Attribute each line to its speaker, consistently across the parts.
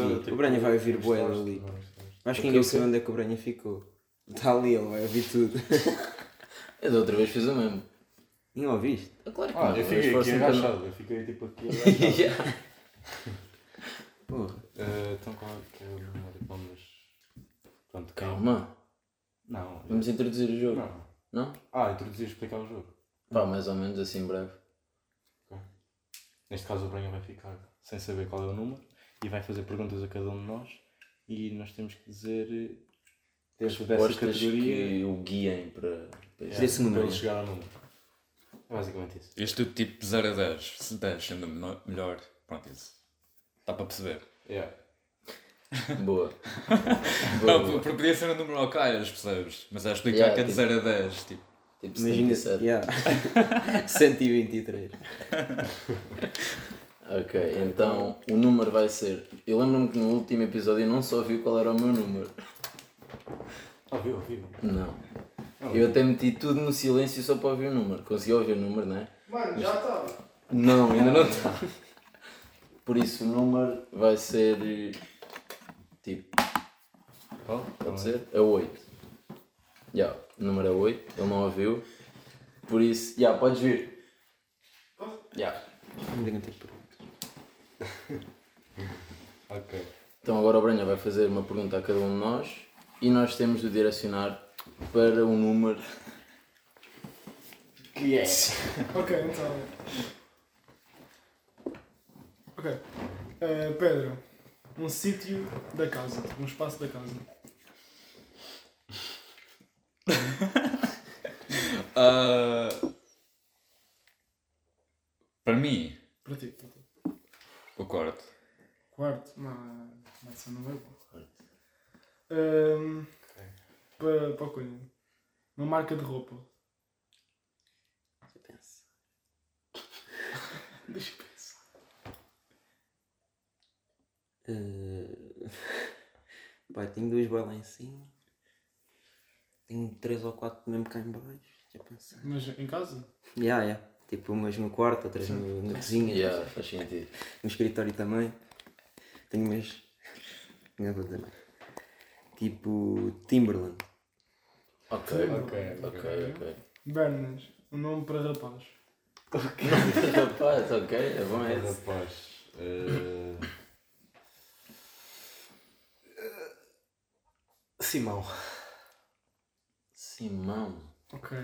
Speaker 1: O Branha vai ouvir bué ali. Acho que ninguém sabe onde é que o Branha ficou. Está ali, ele vai ouvir tudo.
Speaker 2: Eu da outra vez fiz o mesmo. um
Speaker 1: Não ouviste?
Speaker 2: Ah, Claro que
Speaker 3: Ah,
Speaker 2: não.
Speaker 3: eu fiquei
Speaker 2: esforço
Speaker 3: aqui
Speaker 2: nunca-
Speaker 3: agachado, eu fiquei tipo aqui agachado.
Speaker 2: Yeah.
Speaker 1: Porra.
Speaker 3: Eh, Então qual é que é o número? Vamos. Pronto, quem?
Speaker 2: Calma,
Speaker 3: Não.
Speaker 2: vamos introduzir o jogo.
Speaker 3: Não.
Speaker 2: Não?
Speaker 3: Ah, introduzir e explicar o jogo.
Speaker 2: Pá, mais ou menos assim em breve.
Speaker 3: Neste caso o Branha vai ficar sem saber qual é o número e vai fazer perguntas a cada um de nós e nós temos que dizer eh, dentro dessa
Speaker 2: Respostas
Speaker 3: categoria
Speaker 2: que o guiem para. para
Speaker 3: yeah,
Speaker 2: este-
Speaker 1: Desse número,
Speaker 3: para ele
Speaker 1: é.
Speaker 3: chegar ao número. É basicamente isso.
Speaker 4: Este é tipo de 0 a 10. Se 10 sendo menor- melhor, pronto, isso. Dá para perceber.
Speaker 3: Yeah.
Speaker 2: Boa. boa,
Speaker 4: Não,
Speaker 2: boa.
Speaker 4: porque podia ser um número ao calhas, percebes? Mas é explicar
Speaker 2: Yeah,
Speaker 4: que é de
Speaker 2: tipo-
Speaker 4: 0 a 10, tipo.
Speaker 2: Tipo
Speaker 1: Imagina.
Speaker 2: 77.
Speaker 1: Yeah. 123.
Speaker 2: Ok, então o número vai ser. Eu lembro-me que no último episódio eu não só vi qual era o meu número.
Speaker 3: Ah, viu, viu.
Speaker 2: Não. Eu até meti tudo no silêncio só para ouvir o número. Consegui ouvir o número, não é?
Speaker 5: Mano, já estava.
Speaker 2: Não, ainda não está. Por isso o número vai ser. eh, Tipo,
Speaker 3: Qual?
Speaker 2: pode ser? É o 8. Já, o número é 8, ele não ouviu. Por isso, já, podes vir.
Speaker 5: Oh.
Speaker 2: Já.
Speaker 1: Não tenho tempo.
Speaker 3: Ok.
Speaker 2: Então agora o Branha vai fazer uma pergunta a cada um de nós e nós temos de direcionar para um número que é.
Speaker 5: Ok, então. Ok. Eh, Pedro, um sítio da casa, tipo, um espaço da casa.
Speaker 4: Ah, para mim,
Speaker 5: Para ti, para ti.
Speaker 4: o corte.
Speaker 5: Quarto, mas. Mas isso não é bom. Ehm, para, para o Cunha. Uma marca de roupa.
Speaker 1: Uh... Pá, tenho duas bolas lá em cima. Tenho três ou quatro mesmo cá em baixo. Já pensei.
Speaker 5: Mas em casa?
Speaker 1: Yeah, yeah. Tipo, umas no quarto, outras no, na cozinha.
Speaker 2: Yeah, faz sentido.
Speaker 1: No escritório também. Tenho umas. Não vou dizer mais. Tipo, Timberland.
Speaker 2: Ok,
Speaker 3: Ok,
Speaker 2: ok, ok.
Speaker 5: Bernas, um nome para rapaz.
Speaker 2: Rapaz, ok, é bom esse.
Speaker 3: Rapaz. eh, Simão.
Speaker 2: Simão.
Speaker 5: Ok.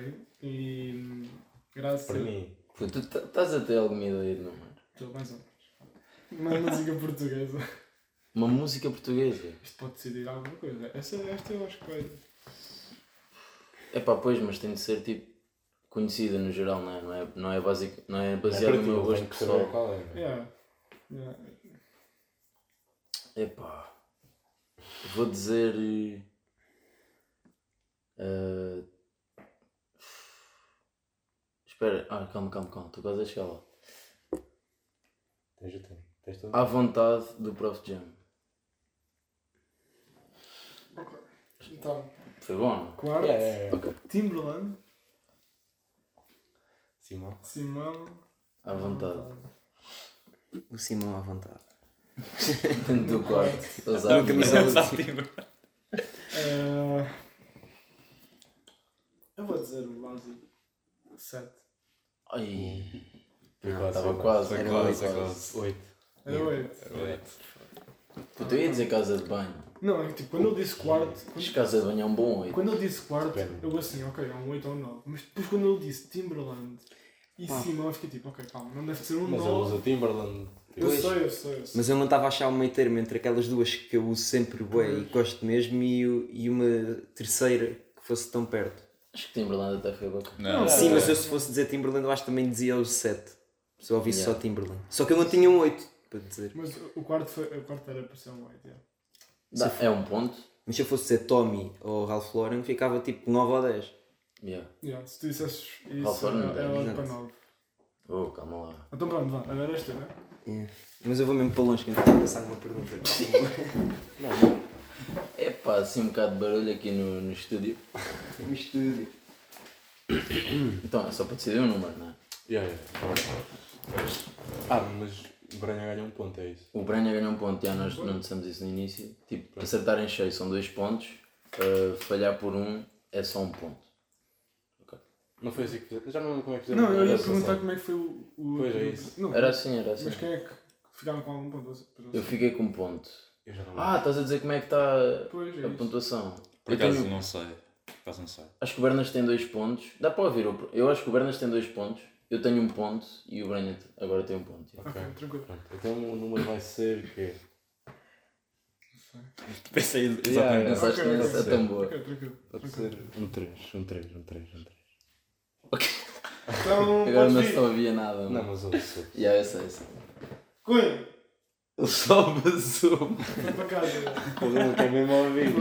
Speaker 5: E. hum, Graças
Speaker 3: Para mim.
Speaker 2: Pô, Tu t- estás a ter alguma ideia de número?
Speaker 5: Estou mais ou menos. Uma música portuguesa.
Speaker 2: Uma música portuguesa.
Speaker 5: Isto pode decidir alguma coisa. Essa, esta eu acho que vai.
Speaker 2: É pá, pois, mas tem de ser tipo conhecida no geral, não é? Não é, não é, basic, não é baseado
Speaker 3: para
Speaker 2: no
Speaker 3: ti,
Speaker 2: meu
Speaker 3: eu
Speaker 2: gosto
Speaker 3: tenho que saber
Speaker 2: pessoal.
Speaker 3: qual é, né?
Speaker 5: Yeah. Yeah.
Speaker 2: É pá. Vou dizer. eh, eh, espera, ah, calma, calma, calma, estou quase a chegar lá.
Speaker 3: Tens o tempo. Tens todo o
Speaker 2: À vontade do Prof. Jam.
Speaker 5: Então,
Speaker 2: Foi bom, não?
Speaker 5: quarto.
Speaker 3: Yeah, yeah, yeah.
Speaker 5: Timberland, Ah,
Speaker 3: Simão.
Speaker 5: Simão.
Speaker 2: À vontade.
Speaker 1: O Simão à vontade.
Speaker 2: do quarto.
Speaker 4: Não, que não é
Speaker 2: Ousado.
Speaker 5: Eh, eu vou dizer o básico. 7.
Speaker 2: Ai,
Speaker 5: Hum.
Speaker 3: Foi
Speaker 2: estava quase.
Speaker 4: Foi
Speaker 2: Era oito.
Speaker 4: quase, é quase.
Speaker 3: Oito.
Speaker 5: Era 8.
Speaker 2: Puta, eu ia dizer casa de banho.
Speaker 5: Não, é que tipo, quando eu disse quarto.
Speaker 2: Mas
Speaker 5: Quando,
Speaker 2: casa de banho é um bom oito.
Speaker 5: quando eu disse quarto,
Speaker 3: Depende.
Speaker 5: eu assim, ok, é um 8 ou um 9. Mas depois quando ele disse Timberland e
Speaker 1: Pá.
Speaker 5: Simão, eu fiquei tipo, ok, calma, não deve ser um
Speaker 3: Mas ele
Speaker 5: 9.
Speaker 3: usa Timberland.
Speaker 5: Eu
Speaker 1: Pois.
Speaker 5: sei, eu sei, eu sei.
Speaker 1: Mas eu não estava a achar um meio termo entre aquelas duas que eu uso sempre bem e gosto mesmo e, o- e uma terceira que fosse tão perto.
Speaker 2: Acho que Timberland até foi bacana.
Speaker 4: Não,
Speaker 1: Sim, mas eu se fosse dizer Timberland, eu acho que também dizia os 7. Se eu ouvisse
Speaker 2: Yeah.
Speaker 1: só Timberland. Só que eu não tinha um 8 para dizer.
Speaker 5: Mas o quarto, foi, o quarto era para ser um 8, yeah.
Speaker 2: Dá- é um ponto.
Speaker 1: Mas se eu fosse dizer Tommy ou Ralph Lauren, ficava tipo 9 ou 10.
Speaker 2: Yeah.
Speaker 5: Yeah, se tu dissesses
Speaker 2: Qual
Speaker 5: isso,
Speaker 2: foi o nome
Speaker 5: era
Speaker 2: dela?
Speaker 5: 8 para
Speaker 1: Exato.
Speaker 5: 9.
Speaker 2: Oh, calma lá.
Speaker 5: Então pronto, vá, agora esta, né?
Speaker 1: Yeah. Mas eu vou mesmo para longe, que eu não estou a pensar numa pergunta.
Speaker 2: É pá, assim um bocado de barulho aqui no, no estúdio.
Speaker 1: Um estúdio.
Speaker 2: um Então é só para decidir o número, não é?
Speaker 3: Yeah, yeah. Tá Ah, mas Branha ganha um ponto, é isso.
Speaker 2: O Brenha ganhou um ponto, já nós não dissemos isso no início. Tipo, acertar em cheio são dois pontos, uh, falhar por um é só um ponto.
Speaker 3: Não foi assim que fizemos. Já não lembro como é que fizemos.
Speaker 5: Não, eu ia
Speaker 3: Era
Speaker 5: perguntar
Speaker 3: assim.
Speaker 5: como é que foi o. o
Speaker 3: Pois é isso.
Speaker 5: Não,
Speaker 2: Era assim, era assim.
Speaker 5: mas quem é que ficaram com algum ponto? Eu sei-
Speaker 2: Eu fiquei com um ponto.
Speaker 3: Eu já não lembro.
Speaker 2: Ah, estás a dizer como é que está
Speaker 5: Pois é.
Speaker 2: a
Speaker 5: isso.
Speaker 2: pontuação?
Speaker 4: Por
Speaker 2: Eu
Speaker 4: acaso
Speaker 2: tenho-
Speaker 4: não sei. Por acaso não sei.
Speaker 2: Acho que o Bernas tem dois pontos. Dá para ouvir. o- Eu acho que o Bernas tem dois pontos. Eu tenho um ponto e o Brenha agora tem um ponto. já.
Speaker 5: Ok, tranquilo.
Speaker 3: Pronto, então o número vai ser o quê?
Speaker 4: Pensei
Speaker 3: Yeah, yeah.
Speaker 4: exatamente nessa.
Speaker 2: Pensaste
Speaker 5: ok,
Speaker 2: nessa é
Speaker 3: ok.
Speaker 2: tão boa.
Speaker 5: Ok, tranquilo.
Speaker 3: Pode ser um 3, um 3, um 3, um 3.
Speaker 5: Então,
Speaker 2: Agora
Speaker 5: podes
Speaker 2: não
Speaker 5: vir.
Speaker 2: se ouvia nada.
Speaker 3: Não,
Speaker 2: Não.
Speaker 3: mas ouça.
Speaker 2: Yeah, eu sei, eu sei.
Speaker 5: Cunha,
Speaker 2: Ele só passou.
Speaker 5: vai para casa. né?
Speaker 3: O problema é que é mesmo ao vivo.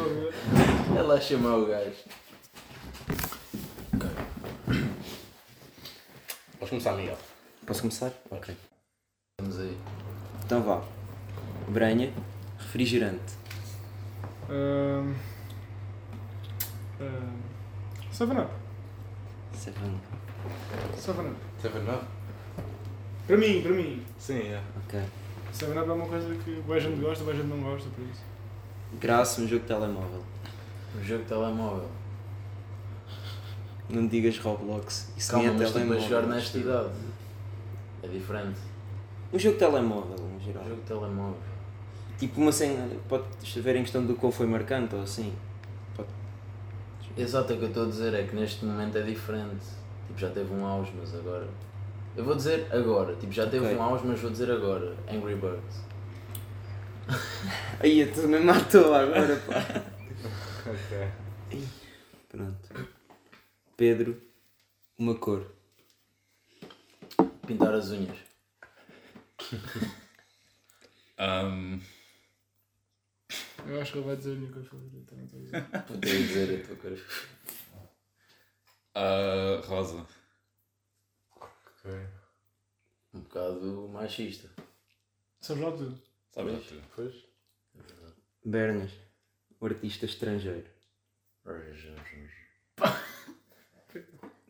Speaker 2: Ela a É chamar o gajo.
Speaker 3: Podes começar, Miguel.
Speaker 1: Posso começar?
Speaker 3: Ok.
Speaker 2: Vamos aí.
Speaker 1: Então vá. Branha, refrigerante.
Speaker 5: Ahn, ahn, Seven Up.
Speaker 1: Seven.
Speaker 5: Seven Up.
Speaker 3: Seven Up?
Speaker 5: Para mim, para mim.
Speaker 3: Sim, é.
Speaker 1: Ok.
Speaker 5: Seven Up é uma coisa que boa gente gosta, boa gente não gosta, por isso.
Speaker 1: Graça, um jogo de telemóvel.
Speaker 2: Um jogo de telemóvel.
Speaker 1: Não digas Roblox. Isso
Speaker 2: Calma,
Speaker 1: nem é
Speaker 2: mas tipo a
Speaker 1: telemóvel.
Speaker 2: jogar nesta idade. É diferente.
Speaker 1: Um jogo de telemóvel, no
Speaker 5: Tá.
Speaker 1: geral.
Speaker 2: Um jogo de telemóvel.
Speaker 1: Tipo uma cena. Pode estiver em questão do qual foi marcante ou assim.
Speaker 2: Exato, é o que eu estou a dizer é que neste momento é diferente. Tipo, já teve um auge, mas agora. Eu vou dizer agora. Tipo, já teve
Speaker 1: Ok.
Speaker 2: um auge, mas vou dizer agora. Angry Birds.
Speaker 1: Aí tu me matou agora, pá.
Speaker 3: Ok.
Speaker 1: Pronto. Pedro, uma cor.
Speaker 2: Pintar as unhas.
Speaker 4: Ahm,
Speaker 5: Eu acho que ele vai dizer a minha coisa favorita. não estou a dizer.
Speaker 2: Puta, eu ia dizer a tua cara.
Speaker 4: ah, rosa.
Speaker 3: Ok.
Speaker 2: Um bocado machista.
Speaker 5: Sabes lá tudo?
Speaker 4: Sabe tipo, lá tu?
Speaker 3: Pois?
Speaker 1: Bernas, o artista estrangeiro.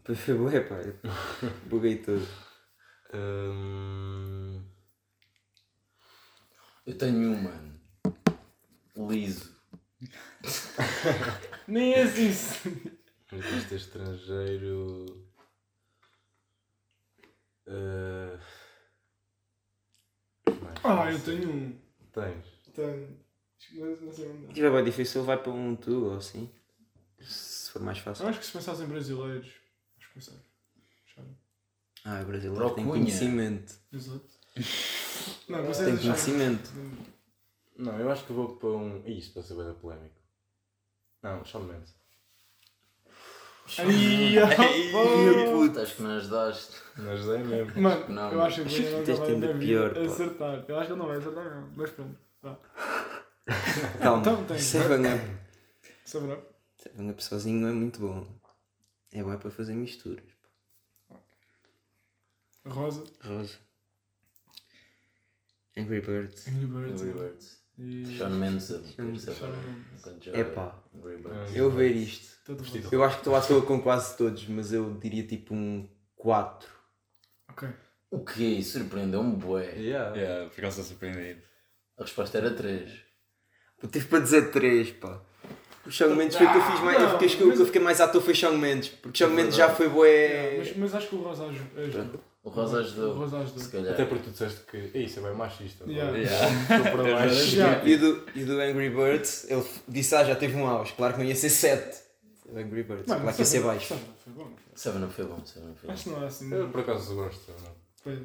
Speaker 1: Pois Foi bué, pá. eu Buguei tudo.
Speaker 3: Hum...
Speaker 2: Eu tenho um, mano. Liso.
Speaker 5: Nem és isso!
Speaker 3: um Artista estrangeiro. Ah, mais
Speaker 5: Ah, eu
Speaker 3: fácil.
Speaker 5: tenho um.
Speaker 3: Tens.
Speaker 5: Tenho. Mas não sei onde.
Speaker 1: Se tiver bem difícil, vai para um tu ou assim. Se for mais
Speaker 5: Eu
Speaker 1: fácil.
Speaker 2: Ah,
Speaker 5: acho que se pensassem brasileiros. Acho que pensar.
Speaker 1: Ah, brasileiro tem
Speaker 2: Procunha.
Speaker 1: conhecimento.
Speaker 5: Exato. Não, vocês
Speaker 1: Tem
Speaker 5: acharam.
Speaker 1: conhecimento.
Speaker 3: Não, eu acho que vou para um. Ih, Isto para ser bem polémico. Não, Shawn Mendes.
Speaker 5: Ai, ó, pô.
Speaker 2: Puta, acho que não ajudaste.
Speaker 3: Mas é mesmo.
Speaker 5: Mano,
Speaker 2: Não,
Speaker 5: eu acho que o
Speaker 1: acho que
Speaker 5: Guilherme
Speaker 1: tens
Speaker 5: vai
Speaker 1: ainda
Speaker 5: na vida
Speaker 1: pior, pá.
Speaker 5: acertar. Eu acho que ele não vai acertar, não. Mas pronto. Tá. Então
Speaker 1: Calma.
Speaker 5: tem.
Speaker 1: Seven up.
Speaker 5: Sabe não?
Speaker 1: Seven up sozinho não é muito bom. É bom é para fazer misturas. pá.
Speaker 5: Rosa.
Speaker 1: Rosa. Angry Birds.
Speaker 5: Angry
Speaker 2: Angry
Speaker 5: Birds.
Speaker 2: Birds.
Speaker 5: E.
Speaker 2: Shawn Mendes a
Speaker 1: Mendes.
Speaker 2: meter-se agora. enquanto joga
Speaker 1: Epá.
Speaker 2: Angry Birds.
Speaker 1: Eu ver isto.
Speaker 5: Todo
Speaker 3: Vestido.
Speaker 5: rosa.
Speaker 1: Eu acho que estou à toa com quase todos, mas eu diria tipo um 4.
Speaker 5: Ok.
Speaker 2: O que Surpreendeu-me bué.
Speaker 3: Yeah.
Speaker 4: Yeah, por acaso estou surpreendido.
Speaker 2: A resposta era 3.
Speaker 1: Eu tive para dizer 3, pá. O Shawn Mendes foi o que eu fiz mais.
Speaker 5: Não,
Speaker 1: eu fiquei, acho que o
Speaker 5: mas-
Speaker 1: que eu fiquei mais à toa foi o Shawn Mendes, porque o Shawn Mendes já foi bué.
Speaker 5: Mas, mas acho que o Rosa aju- ajuda.
Speaker 2: O Rosa ajudou.
Speaker 5: O é Rosa ajudou.
Speaker 2: Se calhar.
Speaker 3: Até porque tu disseste que. "Ei, Isso é bem machista. não é?"
Speaker 5: Yeah.
Speaker 3: Estou para baixo.
Speaker 5: É Já.
Speaker 1: E o do, e o do Angry Birds, ele f- disse, ah, já teve um auge, claro que não ia ser 7. Angry Birds,
Speaker 5: Mano,
Speaker 1: claro que ia ser
Speaker 5: sabe-
Speaker 1: baixo.
Speaker 5: sabe, Foi bom.
Speaker 2: Seven não foi bom, Seven não foi
Speaker 5: Acho que não é assim.
Speaker 3: Eu por acaso gosto. é Não.
Speaker 5: Pois.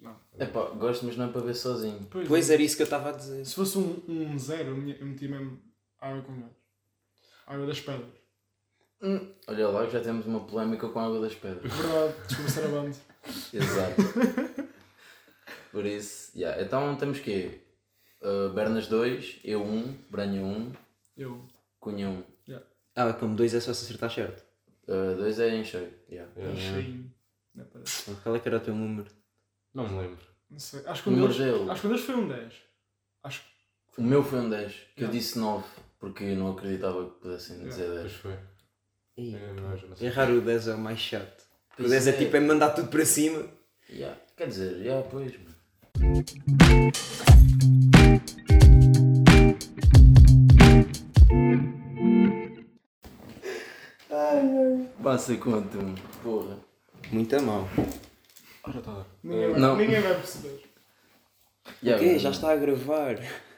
Speaker 5: Não.
Speaker 2: bom. Epá, gosto, mas não é para ver sozinho.
Speaker 5: Pois, é.
Speaker 1: Pois era isso que eu estava a dizer.
Speaker 5: Se fosse um, um zero, eu, me- eu metia mesmo água com gás. Água das pedras.
Speaker 2: Hum, Olha lá que já temos uma polémica com a água das pedras.
Speaker 5: Verdade, desculpa ser a banda.
Speaker 2: Exato. Por isso, yeah. então temos que Bernas 2, eu 1, um, Branha 1, um,
Speaker 5: Eu.
Speaker 2: Cunha 1. Um.
Speaker 1: Ah, como 2 é só se acertar certo.
Speaker 2: Uh, 2 é em cheio. Yeah.
Speaker 3: Yeah.
Speaker 5: Cheinho. Não, pera.
Speaker 1: Qual é que era o teu número?
Speaker 3: Não me lembro.
Speaker 5: Não sei. Acho que
Speaker 2: O
Speaker 5: um
Speaker 2: meu
Speaker 5: deles,
Speaker 2: gelo.
Speaker 5: acho que um deles foi um 10. Acho que.
Speaker 2: O meu foi um 10, que eu
Speaker 5: Yeah.
Speaker 2: disse 9, porque eu não acreditava que pudessem dizer
Speaker 5: Yeah.
Speaker 2: 10.
Speaker 3: Pois foi.
Speaker 1: Ih,
Speaker 3: É, não, já não sei.
Speaker 1: Errar o 10 é o mais chato. O
Speaker 2: Pois
Speaker 1: 10 é
Speaker 2: é.
Speaker 1: tipo, é mandar tudo para cima.
Speaker 2: Yeah. Quer dizer, yeah, pois, mano. Passa conta-me, porra.
Speaker 1: Muito a mal.
Speaker 3: Ora, tá. lá.
Speaker 5: Ninguém, vai-
Speaker 2: não.
Speaker 5: ninguém vai perceber.
Speaker 2: Yeah,
Speaker 1: Ok, já está a gravar.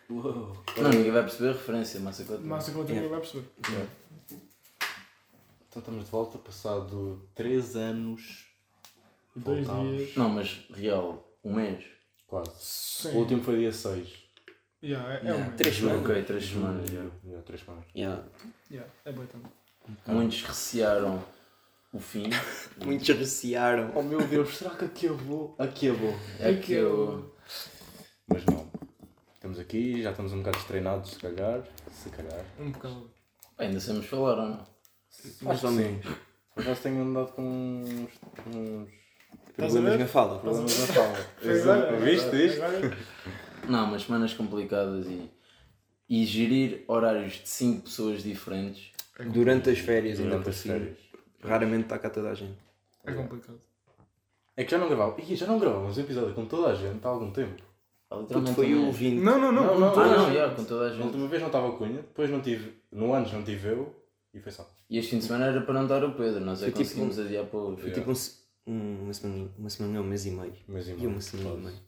Speaker 3: Uou.
Speaker 2: Não, ninguém vai perceber a referência, massa conta.
Speaker 5: Massa conta
Speaker 1: É.
Speaker 5: ninguém vai perceber.
Speaker 3: Então estamos de volta, passado 3 anos,
Speaker 5: Dois
Speaker 3: Voltámos.
Speaker 5: dias.
Speaker 2: Não, mas real, um mês.
Speaker 3: quase.
Speaker 5: Sim.
Speaker 3: O último foi dia 6.
Speaker 5: Yeah, é, é
Speaker 1: Yeah,
Speaker 5: um mês.
Speaker 1: Três semanas.
Speaker 2: Ok, três semanas. já.
Speaker 3: Hum. Já, 3 semanas.
Speaker 1: Yeah.
Speaker 5: Yeah, é boi também.
Speaker 1: Uhum.
Speaker 2: Muitos recearam o fim.
Speaker 1: Muitos recearam.
Speaker 3: Oh meu Deus, será que acabou? Acabou.
Speaker 2: É que eu.
Speaker 3: Mas não. Estamos aqui, já estamos um bocado estreinados, se calhar. Se calhar.
Speaker 5: Um bocado.
Speaker 2: Ainda sabemos falar ou não?
Speaker 1: Mais ou menos.
Speaker 3: Por acaso tenho andado com uns, uns
Speaker 5: Estás a
Speaker 1: Problemas
Speaker 5: ver?
Speaker 1: na fala.
Speaker 3: problemas na fala.
Speaker 5: é. Agora,
Speaker 3: Viste isto?
Speaker 5: agora-
Speaker 2: Não, mas semanas complicadas e. E gerir horários de cinco pessoas diferentes.
Speaker 1: Durante as férias, ainda
Speaker 3: Durante
Speaker 1: por
Speaker 3: as
Speaker 1: cima.
Speaker 3: férias.
Speaker 1: Raramente está cá toda a gente.
Speaker 5: É complicado.
Speaker 3: É que já não gravava. Ih, já não gravávamos episódio com toda a gente há algum tempo.
Speaker 2: Há
Speaker 1: Tudo
Speaker 2: Literalmente
Speaker 1: foi
Speaker 2: um
Speaker 1: o
Speaker 2: mês.
Speaker 1: ouvinte.
Speaker 5: Não, não, não.
Speaker 3: Não,
Speaker 5: com
Speaker 3: não,
Speaker 2: Ah,
Speaker 5: todas
Speaker 2: não,
Speaker 5: as-
Speaker 2: já, com toda a
Speaker 3: Na
Speaker 2: gente.
Speaker 3: última vez não estava a Cunha, depois não tive. No anos não tive eu e foi só.
Speaker 2: E este fim de semana era para não dar o Pedro, nós é
Speaker 1: Foi
Speaker 2: que
Speaker 1: tipo
Speaker 2: conseguimos adiar para
Speaker 1: Foi
Speaker 2: hoje.
Speaker 1: tipo um se- um- uma semana, uma semana, não, um mês e meio.
Speaker 3: Mas
Speaker 1: E uma semana e meio.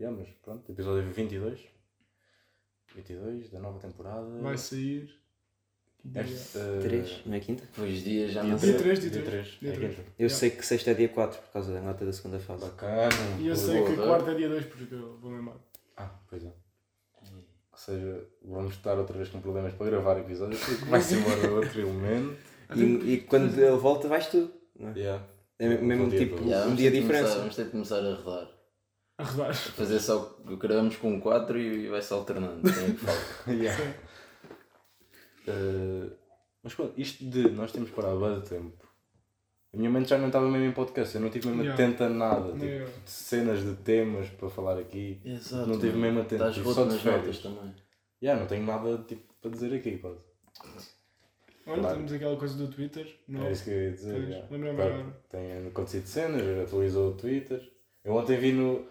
Speaker 3: Yeah, mas pronto, episódio 22. 22 da nova temporada.
Speaker 5: Vai sair.
Speaker 3: Esta.
Speaker 1: Três, não é quinta?
Speaker 2: Depois dias já
Speaker 3: Dia
Speaker 2: não
Speaker 5: Dia
Speaker 2: sei.
Speaker 5: 3,
Speaker 3: três, dia
Speaker 5: dia 3.
Speaker 3: três. É quinta.
Speaker 1: Eu
Speaker 5: Yeah.
Speaker 1: sei que sexta é dia 4 por causa da nota da segunda fase.
Speaker 3: Bacana.
Speaker 5: E eu
Speaker 3: boa.
Speaker 5: sei que
Speaker 2: Boa,
Speaker 5: quarta é dia 2 porque eu vou lembrar.
Speaker 3: Ah, pois é. Ou seja, vamos estar outra vez com problemas para gravar episódios, porque vai-se embora outro elemento.
Speaker 1: E, e quando ele volta vais tu. não é?
Speaker 3: Yeah.
Speaker 1: É me- mesmo
Speaker 3: Bom dia,
Speaker 1: tipo
Speaker 3: bom
Speaker 2: Já,
Speaker 1: um
Speaker 2: vamos
Speaker 1: dia
Speaker 2: ter
Speaker 1: de
Speaker 2: de começar-
Speaker 1: diferença.
Speaker 2: Vamos ter de começar a rodar.
Speaker 5: A rodar.
Speaker 2: Fazer só. Gravamos com 4 e vai-se alternando. Quem é que fala?
Speaker 3: Yeah. Uh, mas pronto, isto de nós temos parado há de tempo. A minha mente já não estava mesmo em podcast, eu não tive mesmo
Speaker 5: Yeah.
Speaker 3: atenta a nada. Tipo,
Speaker 5: Yeah.
Speaker 3: de cenas de temas para falar aqui.
Speaker 2: Exato.
Speaker 3: Não tive mesmo atento,
Speaker 2: Estás
Speaker 3: tive
Speaker 2: roto
Speaker 3: só de
Speaker 2: nas
Speaker 3: férias.
Speaker 2: notas tá? também.
Speaker 3: Yeah, não tenho nada tipo, para dizer aqui, quase.
Speaker 5: Olha,
Speaker 3: Claro.
Speaker 5: temos aquela coisa do Twitter. Não.
Speaker 3: Era É isso que eu ia dizer.
Speaker 5: Pois,
Speaker 3: já.
Speaker 5: lembrei-me
Speaker 3: Claro,
Speaker 5: agora.
Speaker 3: Tem acontecido cenas, atualizou o Twitter. Eu ontem vi no.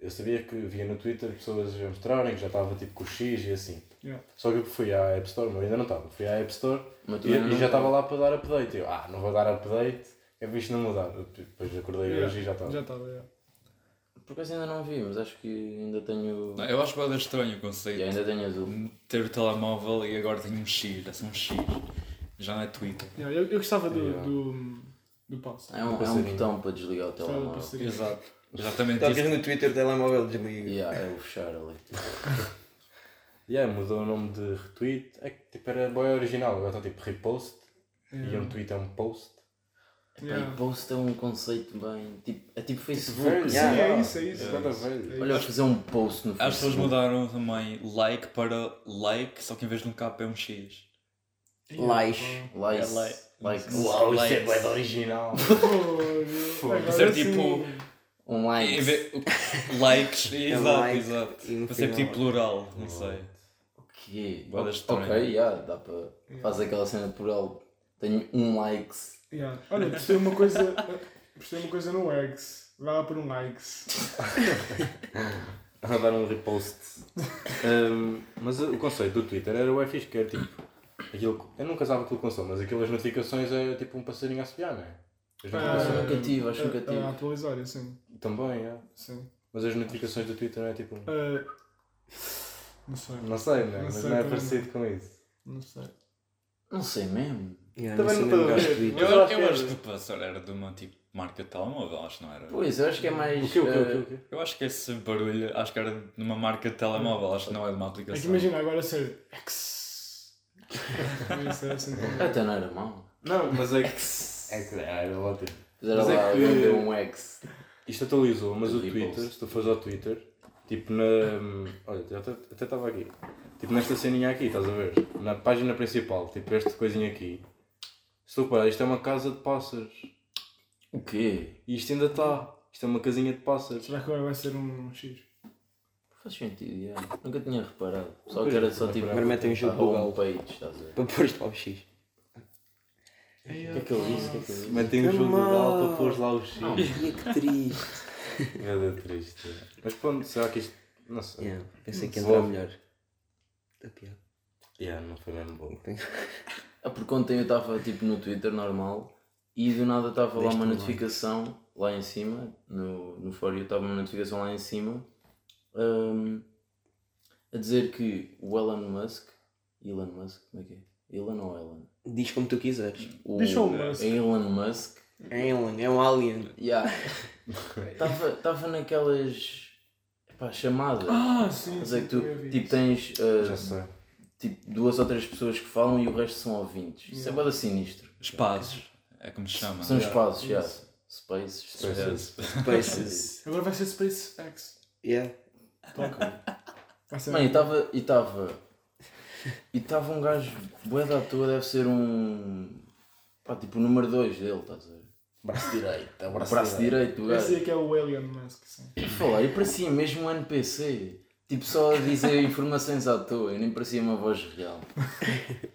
Speaker 3: Eu sabia que via no Twitter pessoas a mostrarem que já estava tipo com o X e assim.
Speaker 5: Yeah.
Speaker 3: Só que eu fui à App Store, mas ainda não estava. Fui à App Store
Speaker 2: Mas tu
Speaker 3: e,
Speaker 2: ainda
Speaker 3: e
Speaker 2: não
Speaker 3: já
Speaker 2: estava.
Speaker 3: estava lá para dar update. Eu, ah, não vou dar update, é visto não mudar. Eu, Depois acordei
Speaker 5: Yeah,
Speaker 3: hoje e já estava.
Speaker 5: Já estava, yeah.
Speaker 2: Por acaso ainda não vi, mas acho que ainda tenho.
Speaker 4: Não, eu acho bem estranho o
Speaker 2: E
Speaker 4: conceito
Speaker 2: ainda tenho azul.
Speaker 4: de ter o telemóvel e agora tenho um X, é só um X. Já não é Twitter.
Speaker 5: Yeah, eu, eu gostava do,
Speaker 3: Yeah.
Speaker 5: do, do Pulse.
Speaker 3: Ah,
Speaker 2: É um, é um
Speaker 3: Passarinho.
Speaker 2: botão para desligar o
Speaker 3: Então, é
Speaker 5: Gostava do
Speaker 2: telemóvel.
Speaker 5: parceria.
Speaker 4: Exatamente
Speaker 1: Tocas
Speaker 4: isso.
Speaker 1: Tá no é Twitter telemóvel desliga.
Speaker 2: Yeah, é o fechar ali.
Speaker 3: Yeah, mudou o nome de retweet. É que tipo, era boia original, agora está tipo repost. E um tweet é um post.
Speaker 5: Yeah.
Speaker 2: Bem, post é um conceito bem. Tipo, é tipo Facebook.
Speaker 3: Very-
Speaker 1: Yeah.
Speaker 5: é isso, é isso.
Speaker 3: Nada a ver.
Speaker 2: Olha, vamos fazer um post no
Speaker 4: As pessoas
Speaker 2: Facebook.
Speaker 4: mudaram também like para like, só que em vez de um K é um X.
Speaker 1: Lais.
Speaker 2: Likes.
Speaker 4: É like-
Speaker 2: likes.
Speaker 4: Uau, isso é bué de
Speaker 3: original. é
Speaker 4: Dizer tipo
Speaker 2: Um like.
Speaker 4: em vez- likes, exato,
Speaker 1: like
Speaker 4: exato.
Speaker 1: e no
Speaker 4: Vai ser
Speaker 1: final-
Speaker 4: tipo plural, não sei.
Speaker 2: Ok,
Speaker 4: Bué de estranho.
Speaker 2: ok, yeah, dá para. Faz aquela cena por ele. Tenho um likes.
Speaker 5: Yeah. Olha, postei uma coisa. Postei uma coisa no X. Vai lá por um likes.
Speaker 3: a dar um repost. Um, mas o conceito do Twitter era o fixe, que era tipo. Aquilo, que- eu nunca sabia aquilo que lançou, mas aquelas notificações é tipo um passarinho a assobiar, não é? As notificações.
Speaker 2: nunca tive,
Speaker 3: é
Speaker 2: acho que nunca
Speaker 5: Ah,
Speaker 2: tive.
Speaker 5: ah, Atualizar, assim.
Speaker 3: Também, é.
Speaker 5: Sim.
Speaker 3: Mas as notificações do Twitter não é tipo. um-
Speaker 5: Ah, não sei.
Speaker 3: Não sei, não é?
Speaker 5: Não
Speaker 3: Mas
Speaker 5: sei
Speaker 3: não é
Speaker 5: também.
Speaker 3: parecido com isso.
Speaker 5: Não sei.
Speaker 2: Não sei mesmo.
Speaker 1: Yeah,
Speaker 3: Também
Speaker 1: sei
Speaker 3: não
Speaker 1: mesmo
Speaker 3: estou a
Speaker 1: gajo
Speaker 3: ver.
Speaker 1: de Twitter.
Speaker 4: Eu,
Speaker 3: Mas eu acho que
Speaker 4: eu acho
Speaker 3: era-
Speaker 4: que o passar era de uma tipo marca de telemóvel, acho que não era.
Speaker 2: Pois, eu acho que é mais.
Speaker 3: O que, o que, o
Speaker 2: eh,
Speaker 3: que, o que?
Speaker 4: Eu acho que esse barulho, acho que era de uma marca de telemóvel, acho que não é de uma
Speaker 5: É que
Speaker 4: aplicação.
Speaker 5: imagina agora ser X. Não sei, assim, como-
Speaker 2: eh, Até não era mau.
Speaker 3: Não, mas é que. É que era ótimo.
Speaker 2: Fizeram
Speaker 3: Mas é
Speaker 2: lá,
Speaker 3: que-
Speaker 2: vendeu um X.
Speaker 3: Isto atualizou, mas o
Speaker 2: Repost.
Speaker 3: Twitter, se tu fores ao Twitter, tipo na. Olha, já até até estava aqui. Tipo nesta ceninha aqui, estás a ver? Na página principal, tipo esta coisinha aqui. Se tu reparar, isto é uma casa de pássaros.
Speaker 2: O quê?
Speaker 3: E isto ainda está. Isto é uma casinha de pássaros.
Speaker 5: Será que agora vai ser um X?
Speaker 2: Faz sentido, yeah. nunca tinha reparado. Só que era só tipo.
Speaker 1: Agora metem um jogo
Speaker 2: a
Speaker 1: do Google
Speaker 2: homepage, estás a ver?
Speaker 1: para pôr isto para o X.
Speaker 2: O que é que ele disse? O que é que ele disse?
Speaker 3: Metem um jogo
Speaker 1: mal.
Speaker 3: legal para pôr lá o X.
Speaker 1: Ai, é que triste.
Speaker 3: Nada triste. Mas pronto, será que isto. Não sei.
Speaker 1: Yeah, pensei que ia
Speaker 3: Suave.
Speaker 1: entrar melhor. Tá A piada.
Speaker 3: Yeah, não foi mesmo bom.
Speaker 2: Ah, porque ontem eu estava tipo no Twitter normal e do nada estava lá
Speaker 1: Deste
Speaker 2: uma
Speaker 1: um
Speaker 2: notificação lá em cima, no, no For You estava uma notificação lá em cima hum, a dizer que o Elon Musk, Elon Musk, como é que é? Elon ou Elon?
Speaker 1: Diz como tu quiseres.
Speaker 2: O
Speaker 5: Deixa o Musk.
Speaker 2: Elon Musk
Speaker 1: É um, é um alien.
Speaker 2: estava tava naquelas epá, chamadas.
Speaker 5: Ah, sim.
Speaker 2: Mas é que
Speaker 5: sim,
Speaker 2: tu
Speaker 5: eu vi
Speaker 2: tipo,
Speaker 5: isso.
Speaker 2: tens
Speaker 1: Eh,
Speaker 2: ah,
Speaker 3: Já sei.
Speaker 2: tipo, duas ou três pessoas que falam e o resto são ouvintes. Isso é
Speaker 5: Yeah.
Speaker 2: bada sinistro.
Speaker 4: Espaços. É como se chama. é.
Speaker 2: São espaços, já.
Speaker 5: Isso.
Speaker 2: Spaces.
Speaker 3: Spaces.
Speaker 1: Spaces.
Speaker 5: Agora vai ser SpaceX.
Speaker 1: Yeah.
Speaker 5: Vai ser.
Speaker 2: Mano, e estava. E estava. E estava um gajo bué da toa, deve ser um. Pá, tipo o número 2 dele, estás a ver?
Speaker 3: Braço direito.
Speaker 2: O braço direito do
Speaker 5: Esse
Speaker 2: gajo.
Speaker 5: é que é o Elon Musk, sim.
Speaker 2: E falei, eu parecia mesmo um NPC. Tipo, só a dizer informações à toa, eu nem parecia uma voz real.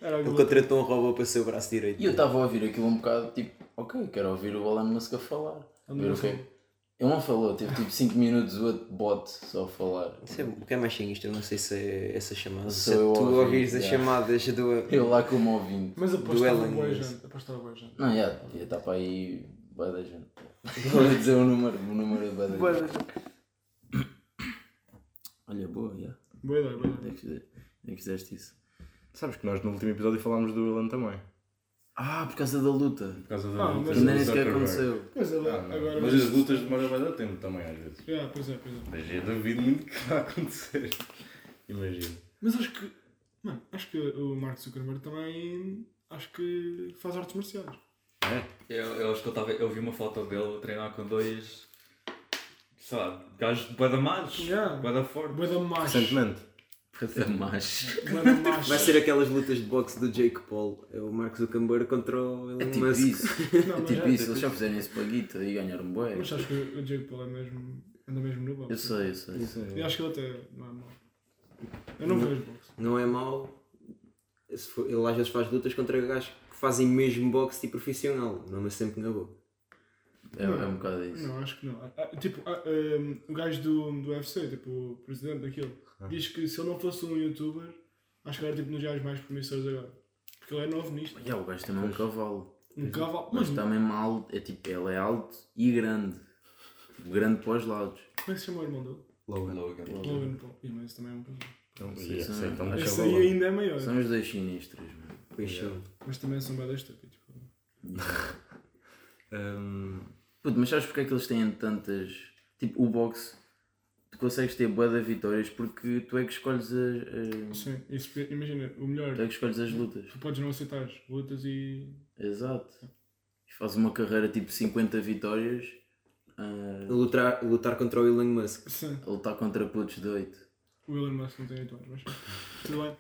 Speaker 5: Era
Speaker 1: Ele
Speaker 5: algo
Speaker 1: contratou um robô para ser o braço direito.
Speaker 2: E eu estava a ouvir aquilo um bocado, tipo, ok, quero ouvir o Elon Musk a falar.
Speaker 5: Ele
Speaker 2: Ver
Speaker 5: não
Speaker 2: o que é- Ele não falou, teve tipo 5 minutos o outro bot só a falar.
Speaker 1: Isso é- O que é mais sinistro? Eu não sei se é essa chamada.
Speaker 2: Sou
Speaker 1: Se
Speaker 2: eu a
Speaker 1: tu
Speaker 2: ouvir,
Speaker 1: ouvires as
Speaker 2: yeah.
Speaker 1: chamadas do.
Speaker 2: Eu lá como ouvinte.
Speaker 5: Mas aposto
Speaker 1: Do
Speaker 5: que estava
Speaker 3: é
Speaker 1: Elon
Speaker 5: boa
Speaker 1: Musk.
Speaker 5: gente. Aposto que estava boa gente.
Speaker 2: Não, já, devia estar para aí bué da gente. Vou dizer o número, o número bué da
Speaker 5: Boa
Speaker 2: gente.
Speaker 5: gente.
Speaker 2: Olha, boa, já.
Speaker 5: Boa ideia, boa
Speaker 2: Onde é
Speaker 5: ideia.
Speaker 2: que fizeste- onde é que fizeste isso?
Speaker 3: Sabes que nós no último episódio falámos do Elon também.
Speaker 2: Ah, por causa da luta.
Speaker 3: Por causa
Speaker 5: Ah,
Speaker 3: da luta
Speaker 5: mas
Speaker 3: do
Speaker 2: Ainda nem sequer
Speaker 3: Zuckerberg.
Speaker 2: aconteceu.
Speaker 5: Pois ele
Speaker 3: Ah, não.
Speaker 5: agora.
Speaker 3: Mas as lutas demoram mais tempo também, às vezes.
Speaker 5: Yeah, pois é, pois é.
Speaker 3: Mas eu duvido muito que vá acontecer. Imagino.
Speaker 5: Mas acho que. Mano, acho que o Mark Zuckerberg também. Acho que faz artes marciais.
Speaker 4: Eu, eu acho que eu, tava, eu vi uma foto dele a treinar com dois. sei lá, gajos de boeda machos.
Speaker 5: Yeah.
Speaker 4: Boeda forte.
Speaker 5: Boa da macho.
Speaker 3: Recentemente.
Speaker 2: Puta macho.
Speaker 5: Boa da macho.
Speaker 1: Vai ser aquelas lutas de boxe do Jake Paul. É o Marcos Zuckerberg contra o Elon
Speaker 2: É tipo
Speaker 1: Musk.
Speaker 2: isso.
Speaker 5: Não,
Speaker 2: É
Speaker 5: mas
Speaker 2: tipo
Speaker 5: é,
Speaker 2: isso, eles já fizeram isso para guita e ganharam bué.
Speaker 5: Mas acho que o Jake Paul é mesmo. anda mesmo no boxe.
Speaker 2: Eu sei, eu sei.
Speaker 5: E acho que ele até. Não é mau. Eu não vejo boxe.
Speaker 1: Não é mau. Se for- Ele às vezes faz lutas contra gajos que fazem mesmo boxe e profissional. Não é sempre na boa.
Speaker 2: É, é um bocado isso.
Speaker 5: Não, acho que não. Ah, ah, Tipo, ah, ah, o gajo do, do UFC, tipo, o presidente daquilo, diz que se ele não fosse um youtuber, acho que era tipo nos gajos mais promissores agora. Porque ele é novo nisto.
Speaker 2: Já, o gajo também é um cavalo.
Speaker 5: Um cavalo.
Speaker 2: Mas
Speaker 5: Mano,
Speaker 2: também mal, é tipo, ele é alto e grande. Tipo, grande para os lados.
Speaker 5: Como é que se chama o irmão dele?
Speaker 4: Logan.
Speaker 5: Logan Paul. Ih, mas esse também é um cavalo.
Speaker 3: Então,
Speaker 2: Sim,
Speaker 3: yeah,
Speaker 2: sim.
Speaker 3: sei, então,
Speaker 2: Acho
Speaker 5: Esse
Speaker 3: deixa
Speaker 5: aí
Speaker 3: lá.
Speaker 5: ainda é maior.
Speaker 2: São os dois sinistros, mano.
Speaker 1: Pois são.
Speaker 5: Mas também são bem tipo.
Speaker 3: Hum,
Speaker 2: Puto, mas sabes porque é que eles têm tantas. Tipo, o boxe, tu consegues ter bué de vitórias porque tu é que escolhes as. as-
Speaker 5: Sim, isso, porque, imagina, o melhor,
Speaker 2: Tu é que escolhes as lutas.
Speaker 5: tu podes não aceitar lutas e.
Speaker 2: Exato. Faz uma carreira tipo 50 vitórias ah,
Speaker 1: Lutar, lutar contra o Elon Musk.
Speaker 5: Sim.
Speaker 2: a lutar contra putos de 8.
Speaker 5: O Elon Musk não tem 8 anos, mas. Tudo bem.